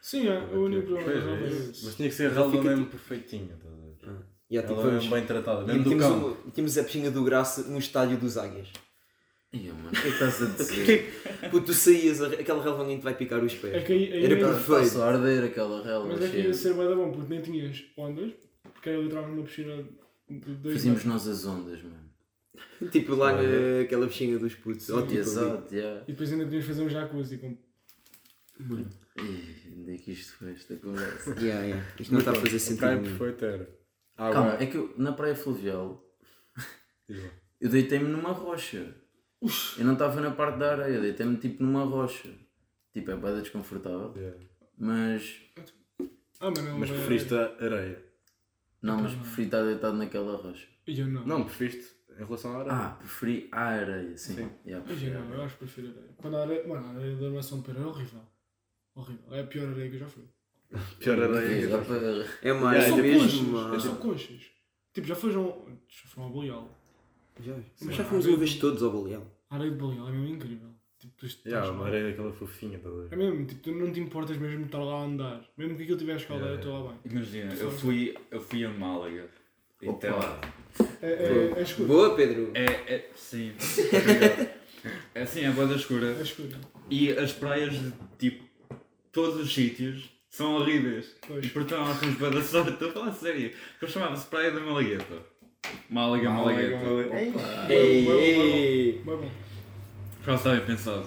Speaker 5: Sim, é, o único problema
Speaker 3: Pois,
Speaker 5: da relva é
Speaker 3: é isso.
Speaker 5: esse.
Speaker 3: Mas tinha que ser a relva
Speaker 1: Fica
Speaker 3: mesmo perfeitinha, estás a ver?
Speaker 1: Yeah, tipo,
Speaker 3: Ela é
Speaker 1: vamos-
Speaker 3: mesmo bem tratada,
Speaker 1: e
Speaker 3: mesmo do
Speaker 1: tínhamos,
Speaker 3: campo.
Speaker 1: uma- tínhamos a piscina do Graça no estádio dos Águias.
Speaker 2: Ia, mano, o que é que estás a dizer?
Speaker 1: Puto, tu saías, a- aquela relva onde te vai picar os pés.
Speaker 5: É que aí- aí
Speaker 1: Era
Speaker 5: é-
Speaker 2: Está
Speaker 1: perfeito.
Speaker 2: só a arder aquela relva.
Speaker 5: Mas é que
Speaker 2: cheia.
Speaker 5: ia ser bué da bom, porque nem tinhas ondas, porque era literalmente uma piscina de dois
Speaker 2: Fazíamos nós as ondas, mano.
Speaker 1: Tipo lá naquela piscina dos putos. Ó, tipo, ali.
Speaker 2: Exato, já.
Speaker 5: E depois ainda podíamos fazer um jacuzzi com...
Speaker 2: Ih, Onde é que isto foi esta conversa?
Speaker 1: Yeah, yeah. Isto não está a fazer
Speaker 3: A
Speaker 1: sentido.
Speaker 3: praia
Speaker 1: nenhum.
Speaker 3: perfeita é era.
Speaker 2: Calma,
Speaker 3: Água.
Speaker 2: é que eu, na praia fluvial
Speaker 3: Diz lá.
Speaker 2: eu deitei-me numa rocha. Eu não estava na parte da areia, eu deitei-me tipo numa rocha. Tipo, é bada desconfortável.
Speaker 3: Yeah.
Speaker 2: Mas.
Speaker 5: Ah, mas não
Speaker 3: Mas
Speaker 5: é-
Speaker 3: preferiste a areia.
Speaker 2: Não, mas preferi estar deitado naquela rocha.
Speaker 5: E eu não.
Speaker 3: Não, preferiste em relação à areia.
Speaker 2: Ah, preferi a areia, sim. Já,
Speaker 5: Mas
Speaker 2: preferi
Speaker 5: eu
Speaker 2: a
Speaker 5: não,
Speaker 2: areia.
Speaker 5: eu acho que prefiro areia. Quando a areia... Mano, a areia da armação de Pedro é horrível. Horrível. É a pior areia que eu já fui.
Speaker 3: Pior
Speaker 2: Ih, dá
Speaker 3: areia.
Speaker 2: para-
Speaker 1: É mais
Speaker 3: Yeah,
Speaker 2: tipo
Speaker 5: São Tipo,
Speaker 1: mesmo.
Speaker 2: É
Speaker 5: conchas,
Speaker 1: ah.
Speaker 5: são conchas. Tipo, já foram, já foram ao Boial.
Speaker 1: Já. Mas já fomos uma vez todos ao Baleal.
Speaker 5: A areia de Baleal é mesmo incrível. Tipo, tu estás-
Speaker 3: Yeah, uma areia daquela fofinha, estás a
Speaker 5: É
Speaker 3: ver?
Speaker 5: mesmo, tipo, tu não te importas mesmo de estar lá a andar. Mesmo que aquilo tiver escaldado, eu estou lá bem.
Speaker 4: Imagina, eu fui, eu fui a Málaga. Então,
Speaker 5: É, é, é escuro.
Speaker 1: Boa, Pedro!
Speaker 4: é, é, sim. é assim, é boa da escura.
Speaker 5: É escuro.
Speaker 4: E as praias de tipo todos os sítios são horríveis.
Speaker 5: Pois.
Speaker 4: E portanto nós temos para dar sorte, estou a falar sério. Que eu chamava-se Praia da Malagueta. Málaga, Malagueta.
Speaker 5: Ei,
Speaker 1: Ei!
Speaker 5: Bem bom.
Speaker 4: Já estava pensado.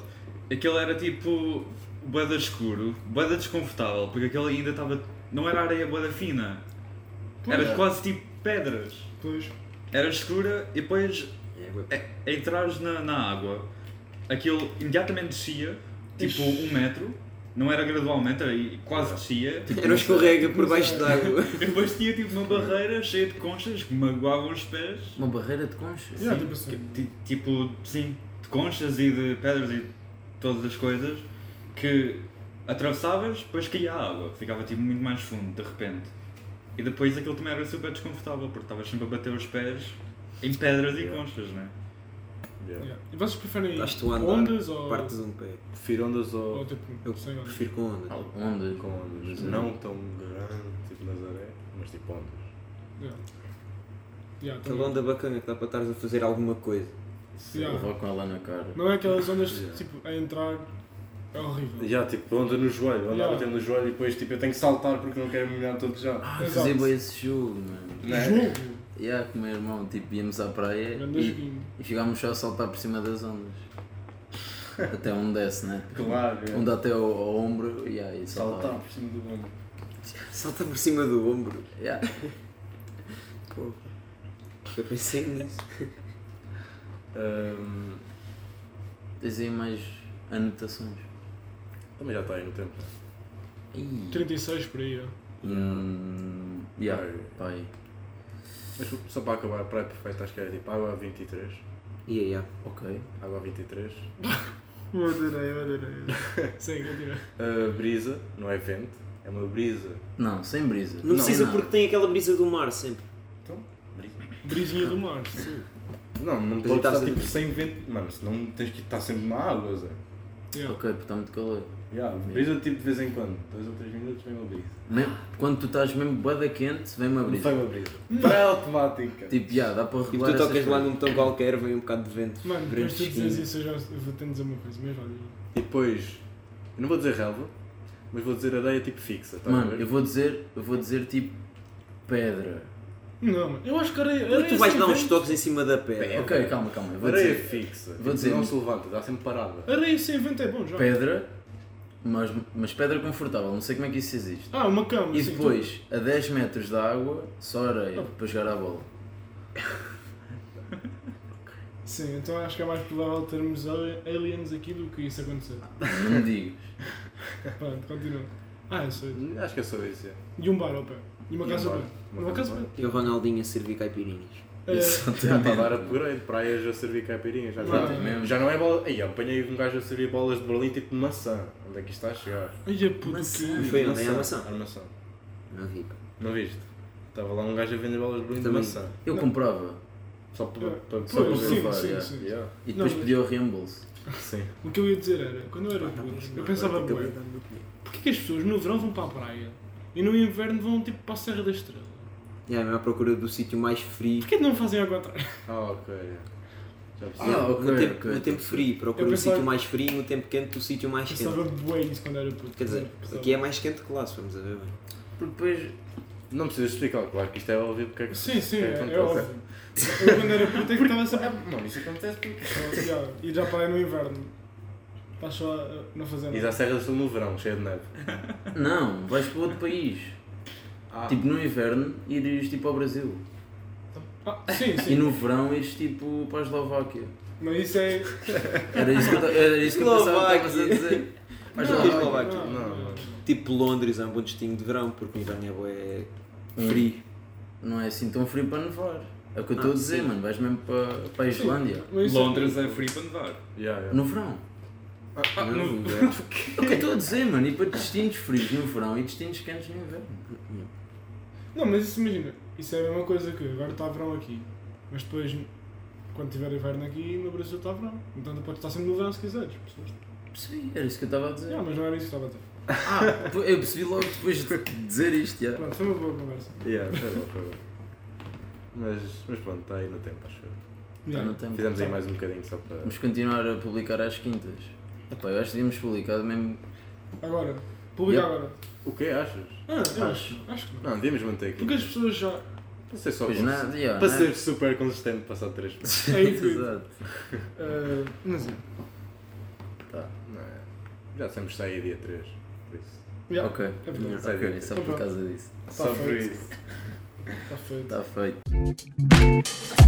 Speaker 4: Aquilo era tipo boeda escuro, boeda desconfortável, porque aquilo ainda estava. não era areia boeda fina. Era quase tipo pedras.
Speaker 5: Pois.
Speaker 4: Era escura e depois a, entrares na, na água, aquilo imediatamente descia, tipo um metro, não era gradualmente, era e quase descia. tipo,
Speaker 1: Era um escorrega por baixo d'água.
Speaker 4: E depois tinha tipo uma barreira cheia de conchas que magoavam os pés.
Speaker 2: Uma barreira de concha?
Speaker 5: Yeah, tipo assim.
Speaker 4: Ti- Tipo, sim, de conchas e de pedras e todas as coisas que atravessavas, depois caía a água, ficava tipo muito mais fundo de repente. E depois aquilo também era super desconfortável porque estavas sempre a bater os pés em pedras e conchas, né?
Speaker 3: Yeah.
Speaker 5: Yeah. E vocês preferem
Speaker 1: Estás tu a andar,
Speaker 5: ondas ou,
Speaker 1: partes um pé.
Speaker 3: Prefiro ondas
Speaker 5: ou
Speaker 3: ou
Speaker 5: tipo,
Speaker 1: Eu
Speaker 5: sem ondas?
Speaker 1: prefiro com ondas.
Speaker 2: Ondas.
Speaker 3: com ondas. Não tão grande, tipo Nazaré, mas tipo ondas.
Speaker 5: Yeah. Yeah,
Speaker 1: Aquela
Speaker 5: também.
Speaker 1: onda bacana que dá para estares a fazer alguma coisa.
Speaker 5: Yeah.
Speaker 2: Levar com ela na cara.
Speaker 5: Não é aquelas ondas
Speaker 3: Yeah.
Speaker 5: tipo a entrar. É horrível.
Speaker 3: Já, tipo, onda no joelho, onda
Speaker 5: Yeah.
Speaker 3: batendo no joelho e depois tipo, eu tenho que saltar porque não quero me molhar todo já.
Speaker 2: Ah,
Speaker 5: Exato.
Speaker 2: fazer bem esse jogo, mano.
Speaker 1: é?
Speaker 3: Né?
Speaker 5: Jogo.
Speaker 2: Yeah, com o meu irmão, tipo, íamos à praia
Speaker 5: Grande
Speaker 2: e,
Speaker 5: joguinho.
Speaker 2: e ficávamos só a saltar por cima das ondas. Até um desce, né?
Speaker 3: Claro, é.
Speaker 2: Um até ao, ao ombro yeah, e
Speaker 3: saltar
Speaker 2: saltar.
Speaker 3: por cima do ombro.
Speaker 1: Salta por cima do ombro.
Speaker 2: Yeah.
Speaker 1: Pô. Eu pensei nisso.
Speaker 3: Ahm,
Speaker 2: Tens aí mais anotações.
Speaker 3: também já está aí no tempo.
Speaker 5: 36 por aí, ó.
Speaker 2: Hum, yeah, pai.
Speaker 3: Mas só para acabar, a praia perfeita acho que era tipo água a 23.
Speaker 1: E aí, ah,
Speaker 2: Ok.
Speaker 3: Água a 23.
Speaker 5: Eu adorei, eu adorei. Sim, continua.
Speaker 3: A brisa, não é vento, é uma brisa.
Speaker 2: Não, sem brisa.
Speaker 1: Não, precisa
Speaker 2: não.
Speaker 1: porque tem aquela brisa do mar sempre.
Speaker 3: Então, brisa.
Speaker 5: Brisinha do mar. Sim.
Speaker 3: Não, não
Speaker 1: Mas
Speaker 3: pode
Speaker 1: estás
Speaker 3: estar
Speaker 1: a-
Speaker 3: tipo sem vento. Mano, senão tens que estar sempre na água, Zé.
Speaker 5: Yeah.
Speaker 2: Ok, porque está muito calor.
Speaker 3: Yeah, brisa tipo de vez em quando, dois ou três minutos vem uma brisa.
Speaker 2: Mesmo- quando tu estás mesmo boda quente, vem uma
Speaker 3: Não foi
Speaker 2: brisa.
Speaker 3: uma brisa. Praia automática.
Speaker 2: Tipo, yeah, dá para
Speaker 1: E
Speaker 2: regular
Speaker 1: tu tocas
Speaker 2: essas
Speaker 1: lá num
Speaker 2: coisas.
Speaker 1: botão qualquer, vem um bocado de vento.
Speaker 5: Mano, depois
Speaker 1: Grande
Speaker 5: tu dizes
Speaker 1: fresquinho.
Speaker 5: isso, eu, já, eu vou te dizer uma coisa, mas olha.
Speaker 3: E depois, eu não vou dizer relva, mas vou dizer areia tipo fixa, tá a
Speaker 2: Mano,
Speaker 3: ver?
Speaker 2: eu vou dizer, eu vou dizer tipo pedra.
Speaker 5: Não, mano, eu acho que areia.
Speaker 1: Porque
Speaker 5: areia
Speaker 1: tu vais
Speaker 5: sem
Speaker 1: dar uns
Speaker 5: vento-
Speaker 1: toques em cima da pedra.
Speaker 2: Ok, calma, calma. Eu vou
Speaker 3: Areia
Speaker 2: dizer
Speaker 3: fixa.
Speaker 2: vou
Speaker 3: tipo,
Speaker 2: dizer-
Speaker 3: Não se levanta, dá sempre parada.
Speaker 5: Areia sem vento é bom já.
Speaker 2: pedra, mas, mas pedra confortável, não sei como é que isso existe.
Speaker 5: Ah, uma cama.
Speaker 2: E
Speaker 5: sim,
Speaker 2: depois, a 10 metros da água, só areia para jogar à bola.
Speaker 5: então- Sim, então acho que é mais provável termos ali- aliens aqui do que isso acontecer.
Speaker 2: Não me digas.
Speaker 5: Pronto, continua. Ah, eu sei.
Speaker 3: Acho que é só isso, é.
Speaker 5: E um bar ao pé. E uma
Speaker 3: E um
Speaker 5: casa
Speaker 3: bar.
Speaker 5: ao pé.
Speaker 3: Uma
Speaker 5: Uma
Speaker 3: casa
Speaker 5: casa ao pé.
Speaker 1: E o Ronaldinho a servir caipirinhas.
Speaker 5: Eh,
Speaker 3: Já está a dar upgrade, praias a servir caipirinhas. Já,
Speaker 5: Não,
Speaker 3: já,
Speaker 2: mesmo.
Speaker 3: já não é bola. Aí, apanhei um gajo a servir bolas de Berlim tipo de maçã. Onde é que isto está a chegar?
Speaker 5: Ai, a puta
Speaker 2: Mas
Speaker 5: que.
Speaker 1: E foi onde? Em Armação?
Speaker 3: Armação.
Speaker 1: Não vi. pá.
Speaker 3: Não viste? Estava lá um gajo a vender bolas de Berlim de
Speaker 1: Também.
Speaker 3: maçã.
Speaker 2: Eu comprava
Speaker 3: Só para. para- Só
Speaker 5: é. Ah, Pois,
Speaker 3: para.
Speaker 5: sim,
Speaker 2: provar,
Speaker 5: sim,
Speaker 2: yeah.
Speaker 5: sim.
Speaker 3: Yeah. é
Speaker 2: e depois
Speaker 5: Não,
Speaker 2: pedia o reembolso.
Speaker 3: Sim.
Speaker 5: O que eu ia dizer era, quando eu era
Speaker 1: Pá,
Speaker 5: puto,
Speaker 1: tá bem,
Speaker 5: eu pensava,
Speaker 1: agora tem que
Speaker 5: bué,
Speaker 1: dar muito dinheiro.
Speaker 5: porquê que as pessoas no verão vão para a praia e no inverno vão tipo para a Serra da Estrela?
Speaker 1: E aí, à procura do sítio mais frio.
Speaker 5: Porquê que não fazem água atrás?
Speaker 3: Ah, ok. yeah. Já percebi.
Speaker 2: Ah, ok,
Speaker 1: no tempo,
Speaker 2: ok,
Speaker 1: no
Speaker 2: tá
Speaker 1: tempo
Speaker 2: certo.
Speaker 1: frio, procura
Speaker 5: Eu
Speaker 1: o
Speaker 5: pensava-
Speaker 1: sítio mais frio, no tempo quente, o sítio mais
Speaker 5: Pensava
Speaker 1: quente.
Speaker 5: bué isso quando era puto.
Speaker 1: Quer dizer,
Speaker 5: Pensava-
Speaker 1: aqui é mais quente que lá, se formos a ver bem.
Speaker 2: Porque depois
Speaker 3: Não precisas explicar, claro que isto é óbvio porque é que.
Speaker 5: Sim, sim,
Speaker 3: porque
Speaker 5: é,
Speaker 3: que
Speaker 5: é
Speaker 3: acontece.
Speaker 5: óbvio. Eu quando era puto é que estava sempre...
Speaker 3: Mano, isso acontece porque.
Speaker 5: Oh, yeah, E já parei no inverno. Estás só a a não fazer
Speaker 3: E da
Speaker 5: nada.
Speaker 3: Serra do Sul no verão, cheia de neve.
Speaker 2: Não, vais para outro país.
Speaker 3: Ah.
Speaker 2: Tipo no inverno irias tipo ao Brasil.
Speaker 5: Ah, sim,
Speaker 2: E
Speaker 5: sim.
Speaker 2: no verão ires tipo para a Eslováquia.
Speaker 5: Mas isso é...
Speaker 2: Era isso que eu, ta- era isso que eu pensava que estavas a
Speaker 1: Eslováquia.
Speaker 2: dizer. Para a
Speaker 1: Não,
Speaker 2: Eslováquia.
Speaker 1: não,
Speaker 5: não,
Speaker 3: não,
Speaker 5: não.
Speaker 1: Tipo Londres é um bom destino de verão, porque o inverno é
Speaker 2: Um
Speaker 1: bué
Speaker 2: Hum.
Speaker 1: frio.
Speaker 2: Não é assim tão frio para nevar. É o que eu estou a
Speaker 1: Ah,
Speaker 2: dizer,
Speaker 1: sim.
Speaker 2: mano. Vais mesmo para, para a Islândia.
Speaker 5: Mas isso é-
Speaker 4: Londres é frio para nevar.
Speaker 3: Yeah, yeah.
Speaker 2: No verão.
Speaker 4: Ah,
Speaker 1: Não,
Speaker 4: no-
Speaker 1: inverno.
Speaker 2: É o que eu estou a dizer, mano. E para destinos frios no verão e destinos quentes no inverno.
Speaker 5: Não, mas isso imagina, isso é a mesma coisa que agora está verão aqui, mas depois quando tiver inverno aqui, no Brasil está verão. Então tu podes estar sempre no verão se quiseres. percebeste?
Speaker 2: Percebi, era isso que eu estava a dizer.
Speaker 5: Yeah, mas não era isso que estava a dizer.
Speaker 2: Ah, eu percebi logo depois de dizer isto, já.
Speaker 5: Pronto, foi uma boa conversa.
Speaker 2: Ah,
Speaker 3: Yeah, foi bom, foi bom. Mas, mas pronto, está aí no tempo, acho eu.
Speaker 2: Já
Speaker 5: Yeah.
Speaker 2: não tem.
Speaker 3: Fizemos aí mais um bocadinho só para.
Speaker 2: Vamos continuar a publicar às quintas. Epá, eu acho que devíamos publicar mesmo.
Speaker 5: Agora, publica
Speaker 2: Yeah.
Speaker 5: agora.
Speaker 3: O que achas?
Speaker 5: Ah, eu acho. Acho que não.
Speaker 3: Não, devíamos manter aqui.
Speaker 5: Porque as pessoas já.
Speaker 3: Para ser só
Speaker 2: Pois
Speaker 3: cons-
Speaker 2: nada, já,
Speaker 3: Para
Speaker 2: nada.
Speaker 3: ser super consistente, passar 3 meses.
Speaker 5: É isso.
Speaker 2: Exato.
Speaker 5: ah, não sei.
Speaker 2: Tá.
Speaker 3: Não é? Já sempre sai dia 3. Por isso.
Speaker 5: Yeah,
Speaker 2: Ok.
Speaker 5: É verdade.
Speaker 2: Ok,
Speaker 5: Tá
Speaker 2: só por causa disso. Tá
Speaker 5: Está
Speaker 3: Só por
Speaker 5: tá feito.
Speaker 3: isso.
Speaker 5: Está feito.
Speaker 2: Está feito.